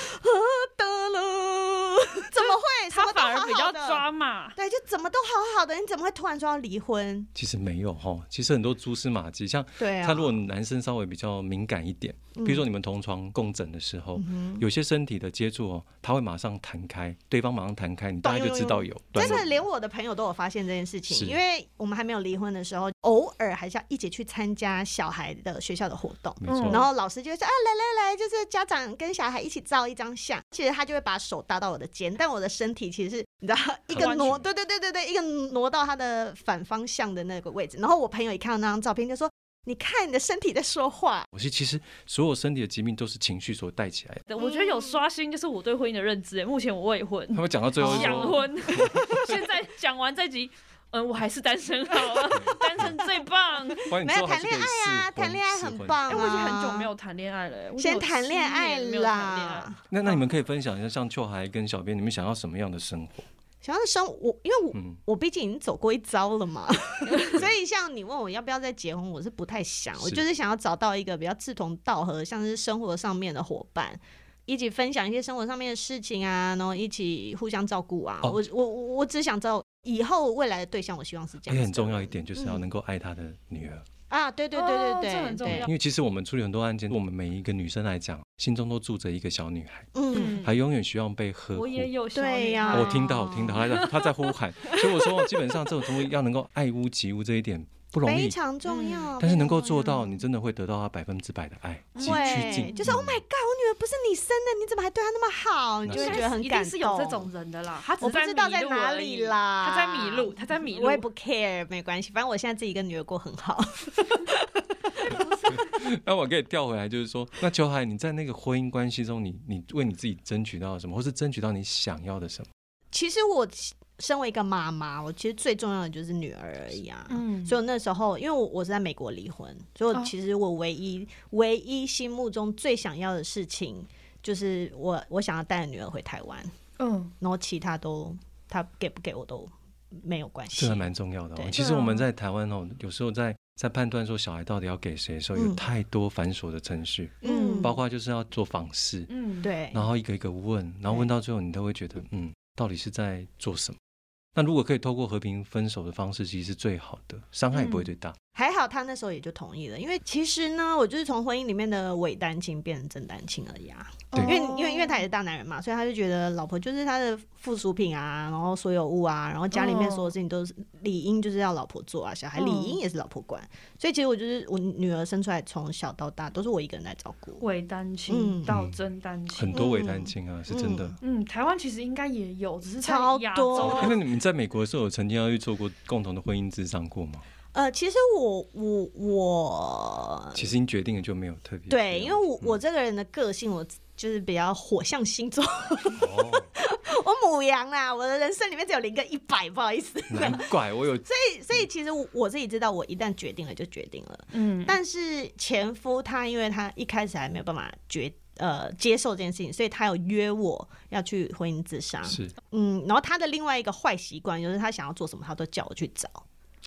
[SPEAKER 2] 得了，怎么会？什
[SPEAKER 1] 他
[SPEAKER 2] 么都
[SPEAKER 1] 反而比
[SPEAKER 2] 好
[SPEAKER 1] 较
[SPEAKER 2] 好的
[SPEAKER 1] 抓嘛。
[SPEAKER 2] 对，就怎么都好好的，你怎么会突然说要离婚？
[SPEAKER 3] 其实没有哈。其实很多蛛丝马迹，像
[SPEAKER 2] 对啊，嗯
[SPEAKER 3] 他如果男生稍微比较敏感一点，比如说你们同床共枕的时候，有些身体的接触哦，他会马上弹开，对方马上弹开，你大概就知道有。
[SPEAKER 2] 真
[SPEAKER 3] 软
[SPEAKER 2] 的
[SPEAKER 3] 弱
[SPEAKER 2] 连我的朋友都有发现这件事
[SPEAKER 3] 是
[SPEAKER 2] 情，因为我们还没有离婚的时候，偶尔还是要一起去参加小孩的学校的活动。
[SPEAKER 3] 没
[SPEAKER 1] 嗯
[SPEAKER 3] 错，
[SPEAKER 2] 然后老师就会说啊，来来来，就是家长跟小孩一起照一张相。其实他就会把手搭到我的肩，但我的身体其实是你知道 [LAUGHS] 一个
[SPEAKER 1] 弯
[SPEAKER 2] 挪，
[SPEAKER 1] 曲
[SPEAKER 2] 对对对对对，一个挪到他的反方向的那个位置。然后我朋友一看到那张照片就说：“你看你的身体在说话。
[SPEAKER 3] 我是其实所有身体的疾病都是情绪所带起来的。
[SPEAKER 1] 我觉得有刷新，就是我对婚姻的认知。哎，目前我未婚，
[SPEAKER 3] 他们讲到最后
[SPEAKER 2] 哦
[SPEAKER 3] 就
[SPEAKER 1] 想
[SPEAKER 3] 说， [LAUGHS]
[SPEAKER 1] 婚。现在讲完这集，嗯，我还是单身好了，单身最棒。
[SPEAKER 3] 不然你
[SPEAKER 2] 没
[SPEAKER 3] 之
[SPEAKER 2] 有
[SPEAKER 3] 后还
[SPEAKER 2] 谈
[SPEAKER 3] 是
[SPEAKER 2] 恋
[SPEAKER 3] 可
[SPEAKER 2] 爱
[SPEAKER 3] 以
[SPEAKER 2] 啊，
[SPEAKER 3] 试婚
[SPEAKER 2] 谈恋爱
[SPEAKER 3] 试
[SPEAKER 2] 很
[SPEAKER 3] 婚
[SPEAKER 2] 棒、
[SPEAKER 1] 哎，
[SPEAKER 2] 啊。
[SPEAKER 1] 我已经很久没有谈恋爱了，哎我已经
[SPEAKER 2] 先
[SPEAKER 1] 有
[SPEAKER 2] 谈
[SPEAKER 1] 七
[SPEAKER 2] 恋爱
[SPEAKER 1] 年没有谈恋爱
[SPEAKER 2] 啦。。
[SPEAKER 3] 那那你们可以分享一下，像秋海跟小编，你们想要什么样的生
[SPEAKER 2] [LAUGHS]
[SPEAKER 3] 活？
[SPEAKER 2] 想要生我，因为我、
[SPEAKER 3] 嗯
[SPEAKER 2] 我毕竟已经走过一遭了
[SPEAKER 3] [LAUGHS]
[SPEAKER 2] 嘛，所以像你问我要不要再结婚，我是不太想，我
[SPEAKER 3] 是
[SPEAKER 2] 就是想要找到一个比较志同道合，像是生活上面的伙伴。一起分享一些生活上面的事情啊，然后一起互相照顾啊。
[SPEAKER 3] 哦
[SPEAKER 2] 我我我我只想知道以后未来的对象，我希望是这样子的
[SPEAKER 3] 而且
[SPEAKER 2] 人。
[SPEAKER 3] 哎很重要一点，就是要
[SPEAKER 2] 嗯
[SPEAKER 3] 能够爱他的女儿。
[SPEAKER 2] 啊，对对对
[SPEAKER 1] 哦
[SPEAKER 2] 对对，
[SPEAKER 1] 这很重
[SPEAKER 2] 对啊
[SPEAKER 1] 要
[SPEAKER 3] 因为其实我们处理很多案件，我们每一个女生来讲，心中都住着一个小女孩，
[SPEAKER 2] 嗯，
[SPEAKER 1] 嗯
[SPEAKER 3] 她永远需要被呵护
[SPEAKER 1] 我。也有小
[SPEAKER 2] 对
[SPEAKER 1] 女
[SPEAKER 2] 哎呀
[SPEAKER 1] 孩啊
[SPEAKER 3] 我哦听到，我听到，她在她在呼
[SPEAKER 2] [LAUGHS]
[SPEAKER 3] 喊，所以我说，基本上这种东西要能够爱屋及乌这一点不容
[SPEAKER 2] 非
[SPEAKER 3] 易，
[SPEAKER 2] 常重
[SPEAKER 1] 嗯
[SPEAKER 2] 要。
[SPEAKER 3] 但是能
[SPEAKER 2] 非
[SPEAKER 3] 够
[SPEAKER 2] 常重
[SPEAKER 3] 做
[SPEAKER 2] 要
[SPEAKER 3] 到，你真的会得到她百分之百的爱及
[SPEAKER 2] 对，
[SPEAKER 3] 趋近。
[SPEAKER 2] 就是 Oh my God，我女儿不是你生的，你怎么还对她那么好？你
[SPEAKER 3] 那
[SPEAKER 2] 就会
[SPEAKER 1] 应
[SPEAKER 2] 觉得
[SPEAKER 1] 该是
[SPEAKER 2] 很
[SPEAKER 1] 一
[SPEAKER 2] 感
[SPEAKER 1] 定
[SPEAKER 2] 动。
[SPEAKER 1] 是有这种人的啦， [LAUGHS] 他只
[SPEAKER 2] 我不
[SPEAKER 1] 在
[SPEAKER 2] 知道在
[SPEAKER 1] 迷路
[SPEAKER 2] 哪
[SPEAKER 1] 而
[SPEAKER 2] 里
[SPEAKER 1] 已
[SPEAKER 2] 啦，
[SPEAKER 1] 他在迷路，他在迷路。
[SPEAKER 2] 我也不 care，没关系，反正我现在自己跟女儿过很好。 [LAUGHS]
[SPEAKER 3] 那我可以调回来，就是说，那秋海，你在那个婚姻关系中，你你为你自己争取到了什么，或是争取到你想要的什么？
[SPEAKER 2] 其实我身为一个妈妈，我其实最重要的就是女儿而已啊。
[SPEAKER 1] 嗯
[SPEAKER 2] 所以我那时候，因为我我是在美国离婚，所以我
[SPEAKER 1] 哦
[SPEAKER 2] 其实我唯一、唯一心目中最想要的事情，就是我我想要带着女儿回台湾，
[SPEAKER 1] 嗯，
[SPEAKER 2] 然后其他都她给不给我都没有关系
[SPEAKER 3] 这还。蛮重要的、哦
[SPEAKER 2] 对。
[SPEAKER 3] 其实我们在台湾哦，有时候在在判断说小孩到底要给谁的时候，有
[SPEAKER 2] 嗯
[SPEAKER 3] 太多繁琐的程序，
[SPEAKER 1] 嗯
[SPEAKER 3] 包括就是要做访视，
[SPEAKER 1] 嗯，
[SPEAKER 2] 对，
[SPEAKER 3] 然后一个一个问，然后问到最后，你都会觉得，嗯，到底是在做什么？那如果可以透过和平分手的方式，其实是最好的，伤害也不会最大。
[SPEAKER 2] 还好他那时候也就同意了，因为其实呢，我就是从婚姻里面的伪单亲变成真单亲而已啊。
[SPEAKER 3] 对
[SPEAKER 1] 哦
[SPEAKER 2] 因为因为因为他也是大男人嘛，所以他就觉得老婆就是他的附属品啊，然后所有物啊，然后家里面所有事情都是理应就是要老婆做啊，小孩
[SPEAKER 1] 嗯
[SPEAKER 2] 理应也是老婆管。所以其实我就是我女儿生出来从小到大都是我一个人在照顾。
[SPEAKER 1] 伪单亲
[SPEAKER 2] 嗯
[SPEAKER 1] 到真单
[SPEAKER 3] 很
[SPEAKER 1] 亲，
[SPEAKER 3] 多伪单亲啊，是真的。
[SPEAKER 1] 嗯，台湾其实应该也有，只是在
[SPEAKER 2] 超
[SPEAKER 1] 亚
[SPEAKER 2] 多
[SPEAKER 1] 洲啊
[SPEAKER 3] 因为你们在美国的时候，有曾经要去做过共同的婚姻智商过吗？
[SPEAKER 2] 呃，其实我我我
[SPEAKER 3] 其实你决定了就没有特别
[SPEAKER 2] 对，
[SPEAKER 3] 必
[SPEAKER 2] 因
[SPEAKER 3] 要
[SPEAKER 2] 为我我这个人的个性我。就是比较火象星座，
[SPEAKER 3] 哦，
[SPEAKER 2] [LAUGHS] 我母羊啦，我的人生里面只有零跟一百，不好意思。
[SPEAKER 3] 难怪我有
[SPEAKER 2] 所以其实我我自己知道，我一旦决定了就决定了。
[SPEAKER 1] 嗯，
[SPEAKER 2] 但是前夫他因为他一开始还没有办法决呃接受这件事情，所以他有约我要去婚姻自杀。
[SPEAKER 3] 是
[SPEAKER 2] 嗯，然后他的另外一个坏习惯就是他想要做什么，他都叫我去找。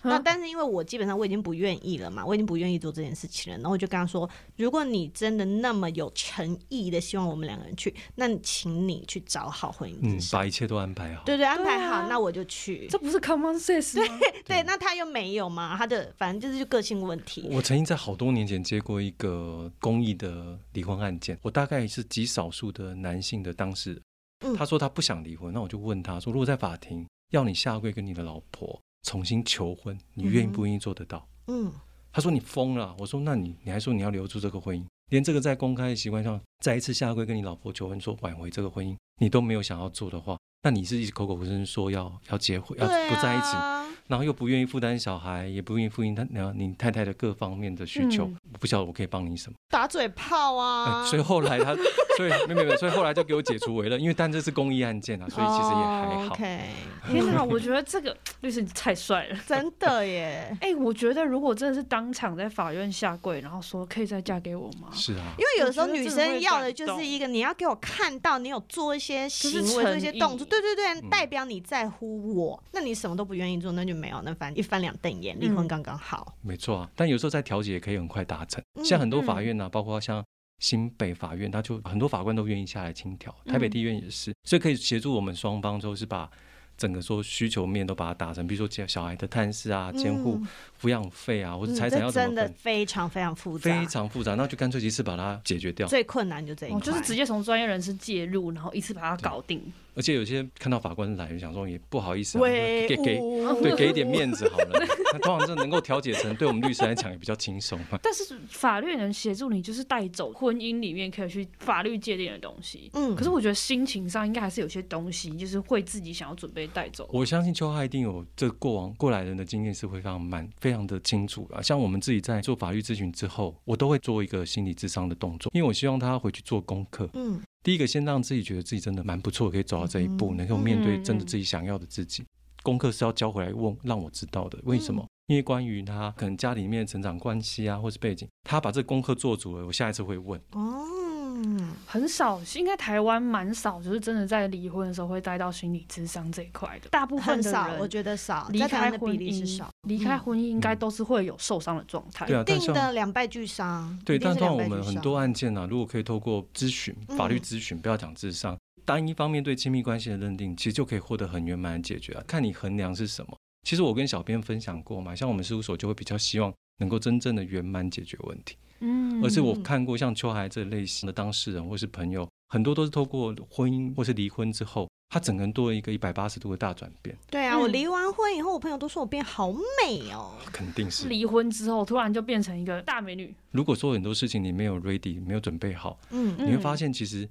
[SPEAKER 2] 那但是因为我基本上我已经不愿意了嘛，我已经不愿意做这件事情了。然后我就跟他说，如果你真的那么有诚意的希望我们两个人去，那你请你去找好婚姻
[SPEAKER 3] 嗯
[SPEAKER 2] 之，商。
[SPEAKER 3] 把一切都安排好。
[SPEAKER 2] 对对，安排好，
[SPEAKER 1] 对啊
[SPEAKER 2] 那我就去。
[SPEAKER 1] 这不是 common sense 吗？
[SPEAKER 2] 对，那他又没有嘛，他的反正就是就个性问题。
[SPEAKER 3] 我曾经在好多年前接过一个公益的离婚案件，我大概是极少数的男性的当事人。
[SPEAKER 2] 嗯
[SPEAKER 3] 他说他不想离婚，那我就问他说，如果在法庭要你下跪跟你的老婆重新求婚，你愿意不愿意做得到？
[SPEAKER 2] 嗯，
[SPEAKER 3] 他说你疯了啊。我说那你你还说你要留住这个婚姻，连这个在公开的习惯上再一次下跪跟你老婆求婚说挽回这个婚姻，你都没有想要做的话，那你是一直口口声声说要要结婚，要
[SPEAKER 2] 对啊，
[SPEAKER 3] 呃不在一起，然后又不愿意负担小孩，也不愿意负担他你太太的各方面的需求，
[SPEAKER 1] 嗯
[SPEAKER 3] 我不晓得我可以帮你什么。
[SPEAKER 2] 打嘴炮啊，
[SPEAKER 3] [LAUGHS] 哎所以后来他，所以没有没有，所以后来就给我解除为了，因为但这是公益案件啊，所以其实也还
[SPEAKER 2] 哦
[SPEAKER 3] 好。
[SPEAKER 2] OK，
[SPEAKER 1] 天哪，我觉得这个律师你太帅
[SPEAKER 2] [LAUGHS]
[SPEAKER 1] 了。
[SPEAKER 2] 真的耶。
[SPEAKER 1] 哎、我觉得如果真的是当场在法院下跪，然后说可以再嫁给我吗？
[SPEAKER 3] 是啊
[SPEAKER 2] 因，为有的时候
[SPEAKER 1] 我觉得
[SPEAKER 2] 女
[SPEAKER 1] 真的
[SPEAKER 2] 生
[SPEAKER 1] 会
[SPEAKER 2] 要的就
[SPEAKER 1] 感动
[SPEAKER 2] 是一个，你要给我看到你有做一些行为、做一些
[SPEAKER 1] 诚意
[SPEAKER 2] 动作，对对对，
[SPEAKER 3] 嗯
[SPEAKER 2] 代表你在乎我。那你什么都不愿意做，那就没有，那反正一翻两瞪眼，离婚
[SPEAKER 1] 嗯
[SPEAKER 2] 刚刚好。
[SPEAKER 3] 没错啊。但有时候在调解也可以很快达成，
[SPEAKER 2] 嗯
[SPEAKER 3] 像很多法院啊，包括像新北法院，他就很多法官都愿意下来清调，台北地院也是，所以可以协助我们双方都是把。整个说需求面都把它达成，比如说监小孩的探视啊、监护
[SPEAKER 2] 嗯、
[SPEAKER 3] 抚养费啊，或者
[SPEAKER 2] 嗯
[SPEAKER 3] 财产
[SPEAKER 2] 这
[SPEAKER 3] 要怎么
[SPEAKER 2] 真的
[SPEAKER 3] 分，
[SPEAKER 2] 非常非常复杂，
[SPEAKER 3] 非常复杂，那就干脆一次把它解决掉。
[SPEAKER 2] 最困难就这一
[SPEAKER 1] 我
[SPEAKER 2] 块，
[SPEAKER 1] 哦就是直接从专业人士介入，然后一次把它搞定。
[SPEAKER 3] 而且有些看到法官来，就想说也不好意思、啊，
[SPEAKER 2] 威
[SPEAKER 3] 给给给
[SPEAKER 2] 武
[SPEAKER 3] 对给一点面子好了。 [LAUGHS] 那通常这能够调解成，对我们律师来讲也比较轻松嘛。
[SPEAKER 1] 但是法律能协助你，就是带走婚姻里面可以去法律界定的东西。
[SPEAKER 2] 嗯
[SPEAKER 1] 可是我觉得心情上应该还是有些东西，就是会自己想要准备带走。
[SPEAKER 3] 我相信邱汉一定有这过往过来人的经验是会非常蛮非常的清楚啊。像我们自己在做法律咨询之后，我都会做一个心理智商的动作，因为我希望他回去做功课。
[SPEAKER 2] 嗯，
[SPEAKER 3] 第一个，先让自己觉得自己真的蛮不错，可以走到这一步，
[SPEAKER 2] 嗯
[SPEAKER 3] 能够面对真的自己想要的自己。功课是要交回来问，让我知道的。为什么？因为关于他可能家里面的成长关系啊，或是背景，他把这个功课做足了，我下一次会问。
[SPEAKER 2] 哦。
[SPEAKER 1] 很少，应该台湾蛮少，就是真的在离婚的时候会带到心理智商这一块的。大部分
[SPEAKER 2] 很
[SPEAKER 1] 的
[SPEAKER 2] 少，我
[SPEAKER 1] 人
[SPEAKER 2] 觉得少，
[SPEAKER 1] 离
[SPEAKER 2] 在台
[SPEAKER 1] 开
[SPEAKER 2] 湾的
[SPEAKER 1] 婚
[SPEAKER 2] 比例
[SPEAKER 1] 姻
[SPEAKER 2] 是少，嗯
[SPEAKER 1] 离开婚姻应该都是会有受伤的状态。
[SPEAKER 3] 对啊
[SPEAKER 2] 一定
[SPEAKER 3] 但像
[SPEAKER 2] 的两败俱伤。
[SPEAKER 3] 对，
[SPEAKER 2] 一定
[SPEAKER 3] 但
[SPEAKER 2] 是
[SPEAKER 3] 当然
[SPEAKER 2] 两败俱
[SPEAKER 3] 我们很
[SPEAKER 2] 伤
[SPEAKER 3] 多案件啊，如果可以透过咨询，
[SPEAKER 2] 嗯
[SPEAKER 3] 法律咨询，不要讲智商，单一方面对亲密关系的认定，其实就可以获得很圆满的解决啊。看你衡量是什么。其实我跟小编分享过嘛，像我们事务所就会比较希望能够真正的圆满解决问题，
[SPEAKER 1] 嗯
[SPEAKER 3] 而是我
[SPEAKER 2] 嗯
[SPEAKER 3] 看过像秋孩这类型的当事人或是朋友，很多都是透过婚姻或是离婚之后，他整个人多了一个一百八十度的大转变，
[SPEAKER 2] 对啊，我
[SPEAKER 1] 嗯
[SPEAKER 2] 离完婚以后，我朋友都说我变好美哦。
[SPEAKER 3] 肯定是。
[SPEAKER 1] 离婚之后突然就变成一个大美女，
[SPEAKER 3] 如果说很多事情你没有 ready，没有准备好，
[SPEAKER 2] 嗯
[SPEAKER 1] 嗯
[SPEAKER 3] 你会发现其实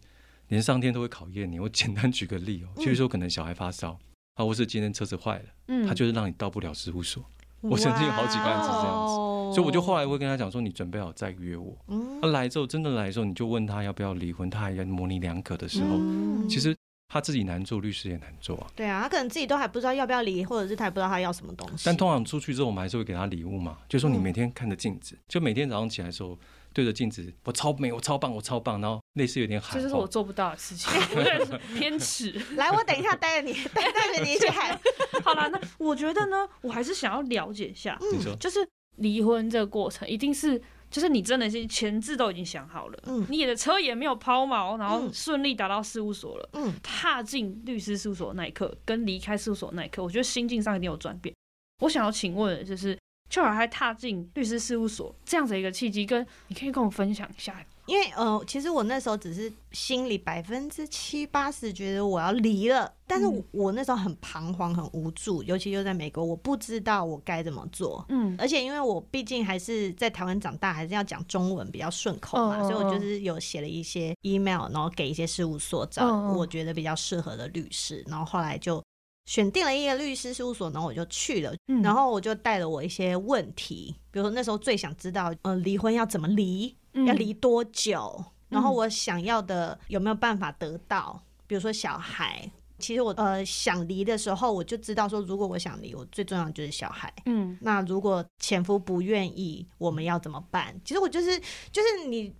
[SPEAKER 3] 连上天都会考验你。我简单举个例哦，
[SPEAKER 2] 嗯
[SPEAKER 3] 就是说可能小孩发烧。啊，或是今天车子坏了，
[SPEAKER 1] 嗯，
[SPEAKER 3] 他就是让你到不了事务所，我曾经有好几个案子是这样子
[SPEAKER 2] 子
[SPEAKER 3] 所以我就后来会跟他讲说，你准备好再约我。
[SPEAKER 2] 哦嗯
[SPEAKER 3] 他来之后，真的来的时候，你就问他要不要离婚，他还要模棱两可的时候，
[SPEAKER 2] 嗯
[SPEAKER 3] 其实他自己难做，律师也难做啊。
[SPEAKER 2] 对啊，他可能自己都还不知道要不要离，或者是他也不知道他要什么东西。
[SPEAKER 3] 但通常出去之后，我们还是会给他礼物嘛，就说你
[SPEAKER 2] 嗯
[SPEAKER 3] 每天看着镜子，就每天早上起来的时候对着镜子，我超美，我超棒，我超棒，然后类似有点喊话，
[SPEAKER 1] 这就是我做不到的事情， [LAUGHS] 我有点偏执。
[SPEAKER 2] 来，我等一下带着你，带带着你一起
[SPEAKER 3] [LAUGHS]
[SPEAKER 2] 喊。
[SPEAKER 1] 好啦，那我觉得呢，我还是想要了解一下，
[SPEAKER 2] 嗯
[SPEAKER 3] 你说
[SPEAKER 1] 就是离婚这个过程，一定是就是你真的是前置都已经想好了，
[SPEAKER 2] 嗯
[SPEAKER 1] 你的车也没有抛锚，然后
[SPEAKER 2] 嗯
[SPEAKER 1] 顺利达到事务所了。
[SPEAKER 2] 嗯，
[SPEAKER 1] 踏进律师事务所那一刻，跟离开事务所那一刻，我觉得心境上一定有转变。我想要请问的就是，邱小孩踏进律师事务所这样子一个契机，跟你可以跟我分享一下。
[SPEAKER 2] 因为呃，其实我那时候只是心里百分之七八十觉得我要离了，但是我,、
[SPEAKER 1] 嗯
[SPEAKER 2] 我那时候很彷徨、很无助，尤其又在美国，我不知道我该怎么做。
[SPEAKER 1] 嗯
[SPEAKER 2] 而且因为我毕竟还是在台湾长大，还是要讲中文比较顺口嘛，
[SPEAKER 1] 嗯嗯
[SPEAKER 2] 所以我就是有写了一些 email，然后给一些事务所找
[SPEAKER 1] 嗯嗯
[SPEAKER 2] 我觉得比较适合的律师，然后后来就选定了一个律师事务所，然后我就去了，
[SPEAKER 1] 嗯
[SPEAKER 2] 然后我就带了我一些问题，比如说那时候最想知道，呃，离婚要怎么离，
[SPEAKER 1] 嗯
[SPEAKER 2] 要离多久，
[SPEAKER 1] 嗯
[SPEAKER 2] 然后我想要的有没有办法得到，比如说小孩。其实我呃想离的时候，我就知道说，如果我想离，我最重要的就是小孩。
[SPEAKER 1] 嗯
[SPEAKER 2] 那如果前夫不愿意，我们要怎么办？其实我就是就是你。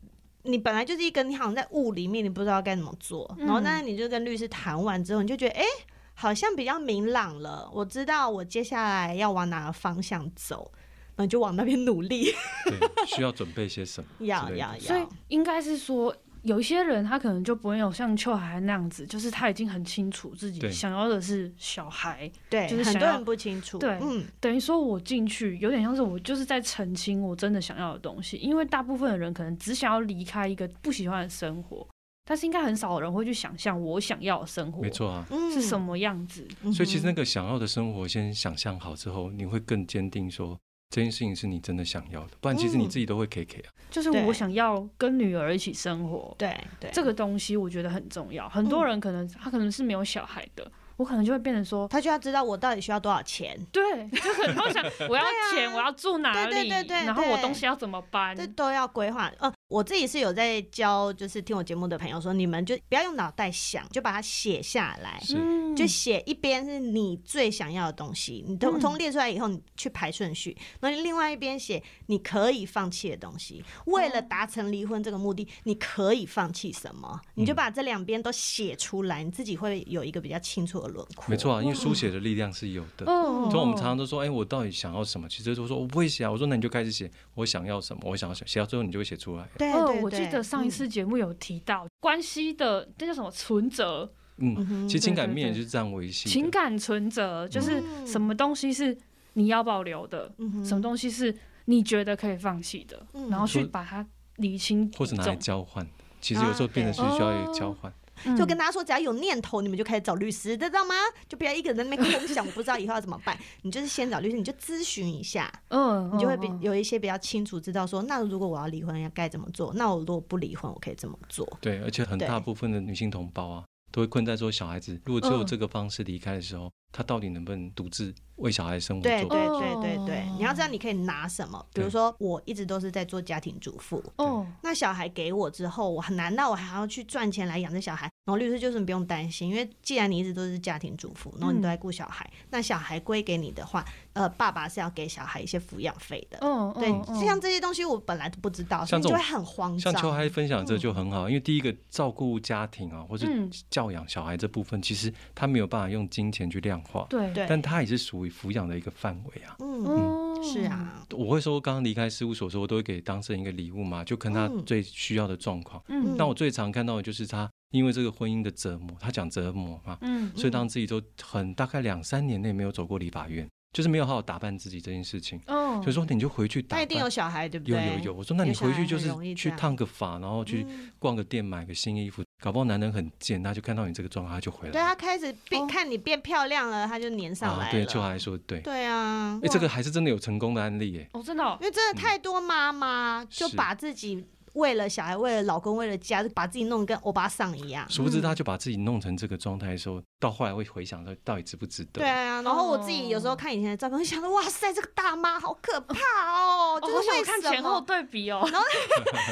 [SPEAKER 2] 你本来就是一个，你好像在雾里面，你不知道该怎么做，
[SPEAKER 1] 嗯
[SPEAKER 2] 然后但是你就跟律师谈完之后，你就觉得，哎、好像比较明朗了，我知道我接下来要往哪个方向走，那就往那边努力。 [LAUGHS]
[SPEAKER 3] 对，需要准备些什么之类的？
[SPEAKER 2] 要要
[SPEAKER 1] 所以
[SPEAKER 2] 要，
[SPEAKER 1] 应该是说，有一些人他可能就不会有像邱海那样子，就是他已经很清楚自己
[SPEAKER 3] 对
[SPEAKER 1] 想要的是小孩，
[SPEAKER 2] 对，
[SPEAKER 1] 就是
[SPEAKER 2] 很
[SPEAKER 1] 想
[SPEAKER 2] 多
[SPEAKER 1] 要
[SPEAKER 2] 人不清楚。
[SPEAKER 1] 对
[SPEAKER 2] 嗯，
[SPEAKER 1] 等于说我进去有点像是我就是在澄清我真的想要的东西，因为大部分的人可能只想要离开一个不喜欢的生活，但是应该很少人会去想象 [LAUGHS] 我想要的生活
[SPEAKER 3] 没错啊。
[SPEAKER 2] 嗯
[SPEAKER 1] 是什？么样子。
[SPEAKER 3] 所以其实那
[SPEAKER 2] 个
[SPEAKER 3] 个想要的生活，先想象好之后，你会更坚定说这件事情是你真的想要的，不然其实你
[SPEAKER 2] 嗯
[SPEAKER 3] 自己都会 K K 啊。
[SPEAKER 1] 就是
[SPEAKER 2] 对
[SPEAKER 1] 我想要跟女儿一起生活，
[SPEAKER 2] 对对，嗯
[SPEAKER 1] 这个东西我觉得很重要。很多人可能、他可能是没有小孩的，我可能就会变成说，
[SPEAKER 2] 他就要知道我到底需要多少钱，
[SPEAKER 1] 对，就是很多人想我要钱，我要住哪里，
[SPEAKER 2] 对对对对
[SPEAKER 1] 然后我
[SPEAKER 2] 对
[SPEAKER 1] 东西要怎么搬，
[SPEAKER 2] 这都要规划。呃，我自己是有在教，就是听我节目的朋友说，你们就不要用脑袋想，就把它写下来。
[SPEAKER 3] 是
[SPEAKER 1] 嗯
[SPEAKER 2] 就写一边是你最想要的东西，你通
[SPEAKER 1] 嗯
[SPEAKER 2] 通列出来以后，你去排顺序；那、你另外一边写你可以放弃的东西。为了达成离婚这个目的，你可以放弃什么？你就把这两边都写出来，你自己会有一个比较清楚的轮廓。
[SPEAKER 3] 没错啊，因为书写的力量是有的。
[SPEAKER 1] 嗯哦
[SPEAKER 3] 所以我们常常都说，哎、我到底想要什么？其实都说我不会写啊。我说那你就开始写，我想要什么，我想要什么，写到最后你就会写出来。
[SPEAKER 2] 对，对
[SPEAKER 1] 哦
[SPEAKER 2] 对，嗯
[SPEAKER 1] 我记得上一次节目有提到、关系的那叫什么存折，
[SPEAKER 2] 嗯
[SPEAKER 3] 嗯，
[SPEAKER 2] 哼
[SPEAKER 3] 其实情
[SPEAKER 1] 对
[SPEAKER 3] 感
[SPEAKER 1] 对
[SPEAKER 3] 面
[SPEAKER 1] 对
[SPEAKER 3] 就是这样维系的。
[SPEAKER 1] 情感存折，就是
[SPEAKER 2] 嗯
[SPEAKER 1] 什么东西是你要保留的，
[SPEAKER 2] 嗯哼
[SPEAKER 1] 什么东西是你觉得可以放弃的，
[SPEAKER 2] 嗯
[SPEAKER 1] 然后去
[SPEAKER 3] 说
[SPEAKER 1] 把它理清嗯
[SPEAKER 3] 或是拿来
[SPEAKER 1] 体
[SPEAKER 3] 交换，其实
[SPEAKER 2] 啊
[SPEAKER 3] 有时候变成是需要
[SPEAKER 2] 哦
[SPEAKER 3] 有交换。
[SPEAKER 1] 重
[SPEAKER 2] 就
[SPEAKER 1] 嗯
[SPEAKER 2] 跟大家说，只要有念头，你们就开始找律师，知道吗？就不要一个人在那边空想，我不知道以后要怎么办。你就是先找律师，你就咨询一下，
[SPEAKER 1] 嗯，
[SPEAKER 2] 你就会比
[SPEAKER 1] 嗯嗯
[SPEAKER 2] 有一些比较清楚知道说，那如果我要离婚要该怎么做？那我如果不离婚，我可以怎么做？
[SPEAKER 3] 对，而且很
[SPEAKER 2] 对
[SPEAKER 3] 大部分的女性同胞啊，都会困在说小孩子如果只有
[SPEAKER 1] 嗯
[SPEAKER 3] 这个方式离开的时候，她到底能不能独自为小孩生活
[SPEAKER 2] 对
[SPEAKER 3] 做？
[SPEAKER 2] 对
[SPEAKER 1] 哦
[SPEAKER 2] 对对对，你要知道你可以拿什么。比如说，我一直都是在做家庭主妇，
[SPEAKER 1] 哦，
[SPEAKER 2] 那小孩给我之后，我很难道我还要去赚钱来养这小孩？然后律师就是你不用担心，因为既然你一直都是家庭主妇，然后你都在顾小孩，那小孩归给你的话，呃，爸爸是要给小孩一些抚养费的。
[SPEAKER 1] 嗯，
[SPEAKER 2] 对，
[SPEAKER 1] 嗯嗯
[SPEAKER 2] 像这些东西我本来都不知道，所以你
[SPEAKER 3] 像这
[SPEAKER 2] 就
[SPEAKER 3] 种
[SPEAKER 2] 会很嗯慌
[SPEAKER 3] 像秋
[SPEAKER 2] 张。
[SPEAKER 3] 嗨分享这就很好，因为第一个照顾家庭啊，或是
[SPEAKER 1] 嗯
[SPEAKER 3] 教养小孩这部分，其实他没有办法用金钱去量化，
[SPEAKER 1] 对
[SPEAKER 2] 对
[SPEAKER 3] 但他也是属于抚养的一个范围啊。
[SPEAKER 2] 嗯，
[SPEAKER 1] 哦，
[SPEAKER 2] 是，啊，
[SPEAKER 3] 我会说，刚刚离开事务所的时候，我都会给当事人一个礼物嘛，就看他
[SPEAKER 2] 嗯
[SPEAKER 3] 最需要的状况。
[SPEAKER 1] 嗯
[SPEAKER 3] 那我最常看到的就是他因为这个婚姻的折磨，他讲折磨嘛，
[SPEAKER 1] 嗯
[SPEAKER 3] 所以当自己都很大概两三年内没有走过理法院，就是没有好好打扮自己这件事情。
[SPEAKER 1] 哦，
[SPEAKER 3] 所以说你就回去打
[SPEAKER 2] 嗯那
[SPEAKER 3] 扮，
[SPEAKER 2] 一定有小孩，对不
[SPEAKER 3] 有
[SPEAKER 2] 对？
[SPEAKER 3] 有有，我说那你
[SPEAKER 2] 有小
[SPEAKER 3] 回
[SPEAKER 2] 孩
[SPEAKER 3] 去就
[SPEAKER 2] 很容易
[SPEAKER 3] 是去
[SPEAKER 2] 这样
[SPEAKER 3] 烫个发，然后去
[SPEAKER 2] 嗯
[SPEAKER 3] 逛个店买个新衣服，搞不好男人很贱，他就看到你这个状态他就回
[SPEAKER 2] 对
[SPEAKER 3] 来
[SPEAKER 2] 他
[SPEAKER 3] 了。
[SPEAKER 2] 开始变
[SPEAKER 1] 哦
[SPEAKER 2] 看你变漂亮了，他就粘上来了。
[SPEAKER 3] 啊，对，就还说对，哎、
[SPEAKER 2] 对啊，
[SPEAKER 3] 这个还是真的有成功的案例耶。
[SPEAKER 1] 哦，真的哦
[SPEAKER 2] 因为真的
[SPEAKER 3] 嗯
[SPEAKER 2] 太多妈妈就是把自己为了小孩、为了老公、为了家，就把自己弄得跟欧巴桑一样。
[SPEAKER 3] 殊不知，他就把自己弄成这个状态的时候，到后来会回想说，到底值不值得？
[SPEAKER 2] 对啊，然后我自己有
[SPEAKER 1] 哦
[SPEAKER 2] 时候看以前的照片，会想到哇塞，这个大妈好可怕哦，就
[SPEAKER 1] 哦
[SPEAKER 2] 是
[SPEAKER 1] 我想
[SPEAKER 2] 为什
[SPEAKER 1] 看
[SPEAKER 2] 么
[SPEAKER 1] 前后对比哦，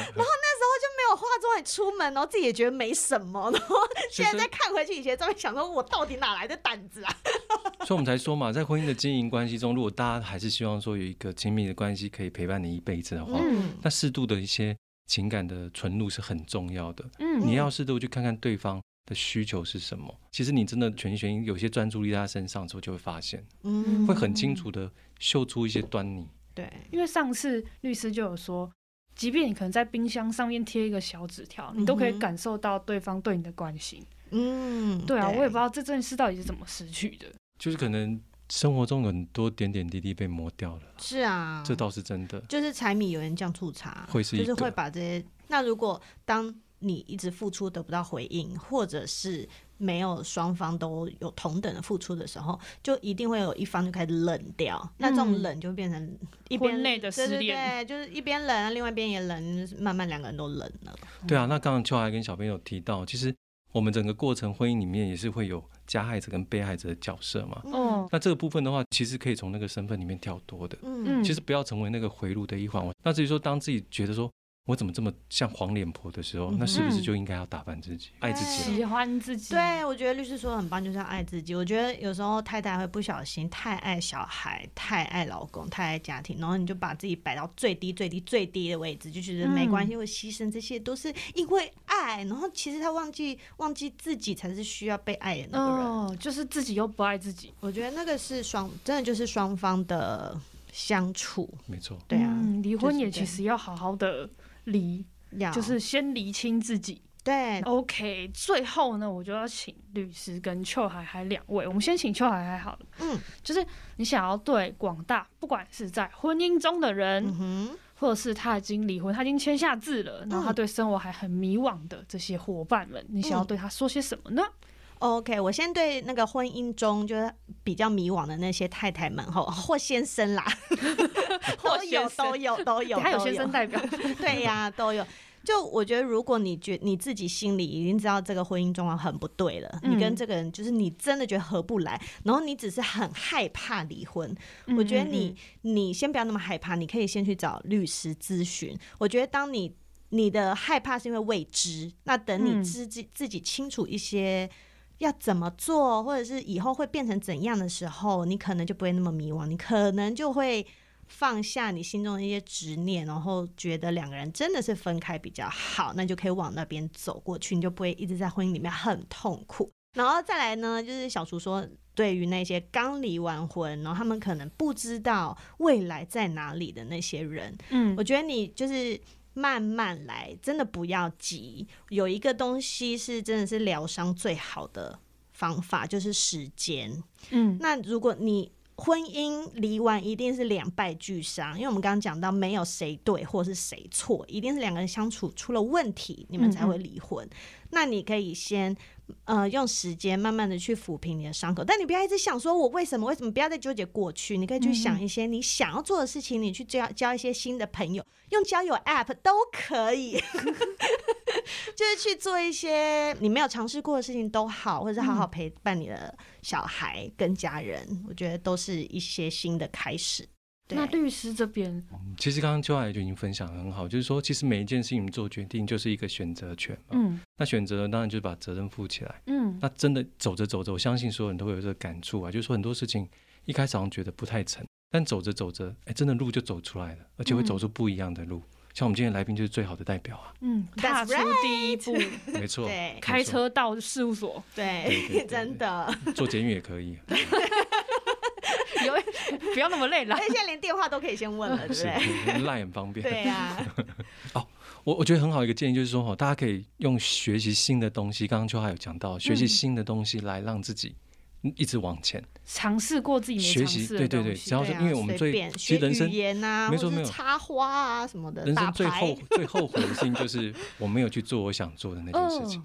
[SPEAKER 2] 没有化妆也出门，然后自己也觉得没什么，然
[SPEAKER 3] [LAUGHS]
[SPEAKER 2] 后
[SPEAKER 3] 其
[SPEAKER 2] 现在
[SPEAKER 3] 实，
[SPEAKER 2] 再看回去以前的照片，想说我到底哪来的胆子啊？
[SPEAKER 3] 所以我们才说嘛，在婚姻的经营关系中，如果大家还是希望说有一个亲密的关系可以陪伴你一辈子的话，
[SPEAKER 1] 嗯
[SPEAKER 3] 那适度的一些情感的存入是很重要的。
[SPEAKER 1] 嗯
[SPEAKER 3] 你要适度去看看对方的需求是什么。其实你真的全心有些专注力在他身上之后，就会发现
[SPEAKER 2] 嗯
[SPEAKER 3] 会很清楚的嗅出一些端倪。
[SPEAKER 2] 对，
[SPEAKER 1] 因为上次律师就有说，即便你可能在冰箱上面贴一个小纸条，你都可
[SPEAKER 2] 嗯
[SPEAKER 1] 以
[SPEAKER 2] 哼
[SPEAKER 1] 感受到对方对你的关心。
[SPEAKER 2] 嗯，
[SPEAKER 1] 对啊，我也不知道这件事到底是怎么失去的。
[SPEAKER 3] 就是可能生活中有很多点点滴滴被磨掉了，
[SPEAKER 2] 是啊，
[SPEAKER 3] 这倒是真的。
[SPEAKER 2] 就是柴米油盐酱醋茶，
[SPEAKER 3] 会是一
[SPEAKER 2] 就
[SPEAKER 3] 个
[SPEAKER 2] 是会把这些。那如果当你一直付出得不到回应，或者是没有双方都有同等的付出的时候，就一定会有一方就开始冷掉。那这种冷就会变成一边
[SPEAKER 1] 婚内的失
[SPEAKER 2] 对对对，
[SPEAKER 1] 恋
[SPEAKER 2] 就是一边冷，另外一边也冷，就是慢慢两个人都冷了。
[SPEAKER 1] 嗯
[SPEAKER 3] 对啊，那刚刚秋海跟小朋友提到，其实我们整个过程婚姻里面也是会有加害者跟被害者的角色嘛。
[SPEAKER 1] 哦，
[SPEAKER 3] 那这个部分的话，其实可以从那个身份里面跳脱的。
[SPEAKER 2] 嗯
[SPEAKER 1] 嗯，
[SPEAKER 3] 其实不要成为那个回路的一环。那至于说，当自己觉得说我怎么这么像黄脸婆的时
[SPEAKER 1] 嗯
[SPEAKER 3] 候，那是不是就应该要打扮自己，爱自己？
[SPEAKER 2] 对
[SPEAKER 1] 喜欢自己，
[SPEAKER 2] 对，我觉得律师说的很棒，就是要爱自己。我觉得有时候太太会不小心太爱小孩、太爱老公、太爱家庭，然后你就把自己摆到最低、最低、最低的位置，就觉得没关
[SPEAKER 1] 嗯
[SPEAKER 2] 系，我牺牲这些都是因为爱。然后其实他忘记忘记自己才是需要被爱的那个人。
[SPEAKER 1] 哦，就是自己又不爱自己，
[SPEAKER 2] 我觉得那个是双，真的就是双方的相处。
[SPEAKER 3] 没错，
[SPEAKER 2] 对啊，
[SPEAKER 1] 嗯离
[SPEAKER 2] 就是
[SPEAKER 1] 婚也
[SPEAKER 2] 这
[SPEAKER 1] 其
[SPEAKER 2] 样
[SPEAKER 1] 实要好好的离，
[SPEAKER 2] 要
[SPEAKER 1] 就是先厘清自己。
[SPEAKER 2] 对
[SPEAKER 1] OK，最后呢，我就要请律师跟邱海海两位，我们先请邱海海好了。
[SPEAKER 2] 嗯，
[SPEAKER 1] 就是你想要对广大，不管是在婚姻中的人，
[SPEAKER 2] 嗯哼，
[SPEAKER 1] 或者是他已经离婚，他已经签下字了，然后他
[SPEAKER 2] 嗯
[SPEAKER 1] 对生活还很迷惘的这些伙伴们，你想要
[SPEAKER 2] 嗯
[SPEAKER 1] 对他说些什么呢？
[SPEAKER 2] OK，我先对那个婚姻中就是比较迷惘的那些太太们
[SPEAKER 1] [LAUGHS]
[SPEAKER 2] 吼，或先生啦，
[SPEAKER 1] 或
[SPEAKER 2] 都有
[SPEAKER 1] 先生
[SPEAKER 2] 都有都有，
[SPEAKER 1] 他有
[SPEAKER 2] 都
[SPEAKER 1] 先生
[SPEAKER 2] [LAUGHS]
[SPEAKER 1] 代表，
[SPEAKER 2] 对
[SPEAKER 1] [LAUGHS]
[SPEAKER 2] 呀、都有。就我觉得，如果你觉你自己心里已经知道这个婚姻状况很不对了，你跟
[SPEAKER 1] 嗯
[SPEAKER 2] 这个人就是你真的觉得合不来，然后你只是很害怕离婚，
[SPEAKER 1] 嗯
[SPEAKER 2] 我觉得你你先不要那么害怕，你可以先去找律师咨询。我觉得当你你的害怕是因为未知，那等
[SPEAKER 1] 嗯
[SPEAKER 2] 你自己自己清楚一些。要怎么做，或者是以后会变成怎样的时候，你可能就不会那么迷惘，你可能就会放下你心中的一些执念，然后觉得两个人真的是分开比较好，那就可以往那边走过去，你就不会一直在婚姻里面很痛苦。然后再来呢，就是小厨说，对于那些刚离完婚，然后他们可能不知道未来在哪里的那些人，
[SPEAKER 1] 嗯
[SPEAKER 2] 我觉得你就是慢慢来，真的不要急。有一个东西是真的是疗伤最好的方法，就是时间。
[SPEAKER 1] 嗯
[SPEAKER 2] 那如果你婚姻离完一定是两败俱伤，因为我们刚刚讲到没有谁对或是谁错，一定是两个人相处出了问题，你们才会离婚。那你可以先呃用时间慢慢的去抚平你的伤口，但你不要一直想说我为什么为什么，不要再纠结过去，你可以去想一些你想要做的事情，你去交交一些新的朋友，用交友 App 都可以。就是去做一些你没有尝试过的事情都好，或者是好好陪伴你的小孩跟家人，我觉得都是一些新的开始。对
[SPEAKER 1] 那律师这边，
[SPEAKER 3] 嗯其实刚刚邱海就已经分享得很好，就是说，其实每一件事情做决定就是一个选择权嘛。
[SPEAKER 1] 嗯
[SPEAKER 3] 那选择当然就是把责任负起来。
[SPEAKER 1] 嗯
[SPEAKER 3] 那真的走着走着，我相信所有人都会有这个感触啊，就是说很多事情一开始好像觉得不太成，但走着走着，哎，真的路就走出来了，而且
[SPEAKER 1] 嗯
[SPEAKER 3] 会走出不一样的路。像我们今天的来宾就是最好的代表啊，
[SPEAKER 1] 嗯，踏
[SPEAKER 2] That's
[SPEAKER 1] 出第一步，
[SPEAKER 3] [LAUGHS] 没错，
[SPEAKER 2] 对
[SPEAKER 1] 开车到事
[SPEAKER 2] [LAUGHS]
[SPEAKER 1] 务所，
[SPEAKER 3] 对对
[SPEAKER 2] 对
[SPEAKER 3] 对，
[SPEAKER 2] 真的。
[SPEAKER 3] 做捷运也可以，
[SPEAKER 1] 有 [LAUGHS] 不要那么累啦
[SPEAKER 2] 而。且现在连电话都可以先问了，对不
[SPEAKER 3] 是 [LAUGHS]
[SPEAKER 2] 对？
[SPEAKER 3] 赖很方便。
[SPEAKER 2] 对啊呀，
[SPEAKER 3] 我我觉得很好一个建议就是说，哈，大家可以用学习新的东西，刚刚秋还有讲到，学习新的东西来让自己一直往前。
[SPEAKER 1] 尝试过自己没
[SPEAKER 3] 学
[SPEAKER 1] 尝
[SPEAKER 3] 习
[SPEAKER 1] 试的
[SPEAKER 3] 对对
[SPEAKER 1] 东
[SPEAKER 3] 对
[SPEAKER 1] 西
[SPEAKER 3] [LAUGHS] 只要然后
[SPEAKER 2] 对
[SPEAKER 3] 是
[SPEAKER 2] 啊
[SPEAKER 3] 因为我们
[SPEAKER 2] 随
[SPEAKER 3] 最
[SPEAKER 2] 便
[SPEAKER 3] 其
[SPEAKER 2] 学
[SPEAKER 3] 实人生
[SPEAKER 2] 语言啊，
[SPEAKER 3] 没
[SPEAKER 2] 或
[SPEAKER 3] 错
[SPEAKER 2] 者
[SPEAKER 3] 没
[SPEAKER 2] 是
[SPEAKER 3] 有
[SPEAKER 2] 插花啊什么的，
[SPEAKER 3] 人
[SPEAKER 2] 打
[SPEAKER 3] 生最
[SPEAKER 2] 牌
[SPEAKER 3] 后最后悔的事情就是我没有去做我想做的那件事情。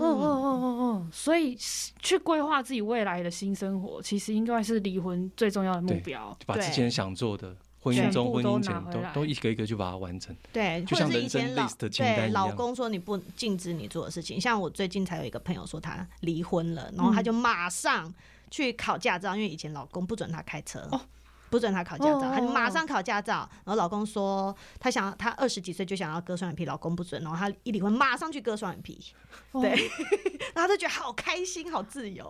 [SPEAKER 2] 嗯，
[SPEAKER 1] 嗯嗯嗯嗯，所以是去规划自己未来的新生活，其实应该是离婚最重要的目
[SPEAKER 3] 对
[SPEAKER 1] 标。
[SPEAKER 3] 就把之前想做的婚姻中、
[SPEAKER 1] 全部
[SPEAKER 3] 婚
[SPEAKER 1] 都
[SPEAKER 3] 姻
[SPEAKER 1] 拿
[SPEAKER 3] 前
[SPEAKER 1] 回
[SPEAKER 3] 都
[SPEAKER 1] 来
[SPEAKER 3] 都一个一个去把它完成。
[SPEAKER 2] 对，
[SPEAKER 3] 就
[SPEAKER 2] 或者
[SPEAKER 3] 像
[SPEAKER 2] 是以
[SPEAKER 3] 人生
[SPEAKER 2] 前老
[SPEAKER 3] list 的清单
[SPEAKER 2] 对
[SPEAKER 3] 一
[SPEAKER 2] 老
[SPEAKER 3] 样
[SPEAKER 2] 公说你不禁止你做的事情，像我最近才有一个朋友说他离婚了，然后他就马上去考驾照，因为以前老公不准他开车。
[SPEAKER 1] 哦
[SPEAKER 2] 不准他考驾照，
[SPEAKER 1] 哦
[SPEAKER 2] 他就马上考驾照。然后老公说他想他二十几岁就想要割双眼皮，老公不准，然后他一离婚马上去割双眼皮，对，然后他就觉得好开心，好自由。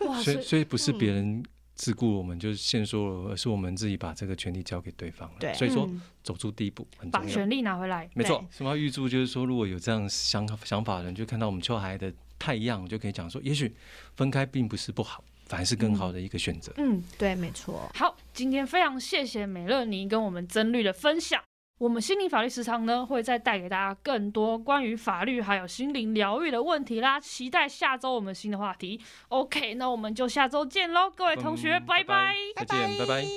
[SPEAKER 1] 哇，
[SPEAKER 3] 所
[SPEAKER 1] 所
[SPEAKER 3] 以
[SPEAKER 1] 以
[SPEAKER 3] 所以不是别人自顾我们，就是限缩了，而是我们自己把这个权利交给对方了。
[SPEAKER 2] 对
[SPEAKER 3] 所以说
[SPEAKER 1] 嗯
[SPEAKER 3] 走出第一步很
[SPEAKER 1] 把
[SPEAKER 3] 重要。
[SPEAKER 1] 权利拿回来。
[SPEAKER 3] 没错
[SPEAKER 2] 对，
[SPEAKER 3] 所以我要预祝就是说，如果有这样想想法的人，就看到我们秋海的太阳，就可以讲说，也许分开并不是不好，反而是更好的一个选择。
[SPEAKER 1] 嗯，
[SPEAKER 2] 对，没错。
[SPEAKER 1] 好，今天非常谢谢美乐妮跟我们曾律的分享。我们心灵法律时常呢，会再带给大家更多关于法律还有心灵疗愈的问题啦。期待下周我们新的话题。OK，那我们就下周见喽，各位同学，
[SPEAKER 3] 嗯
[SPEAKER 1] 拜拜
[SPEAKER 3] 再见，拜拜。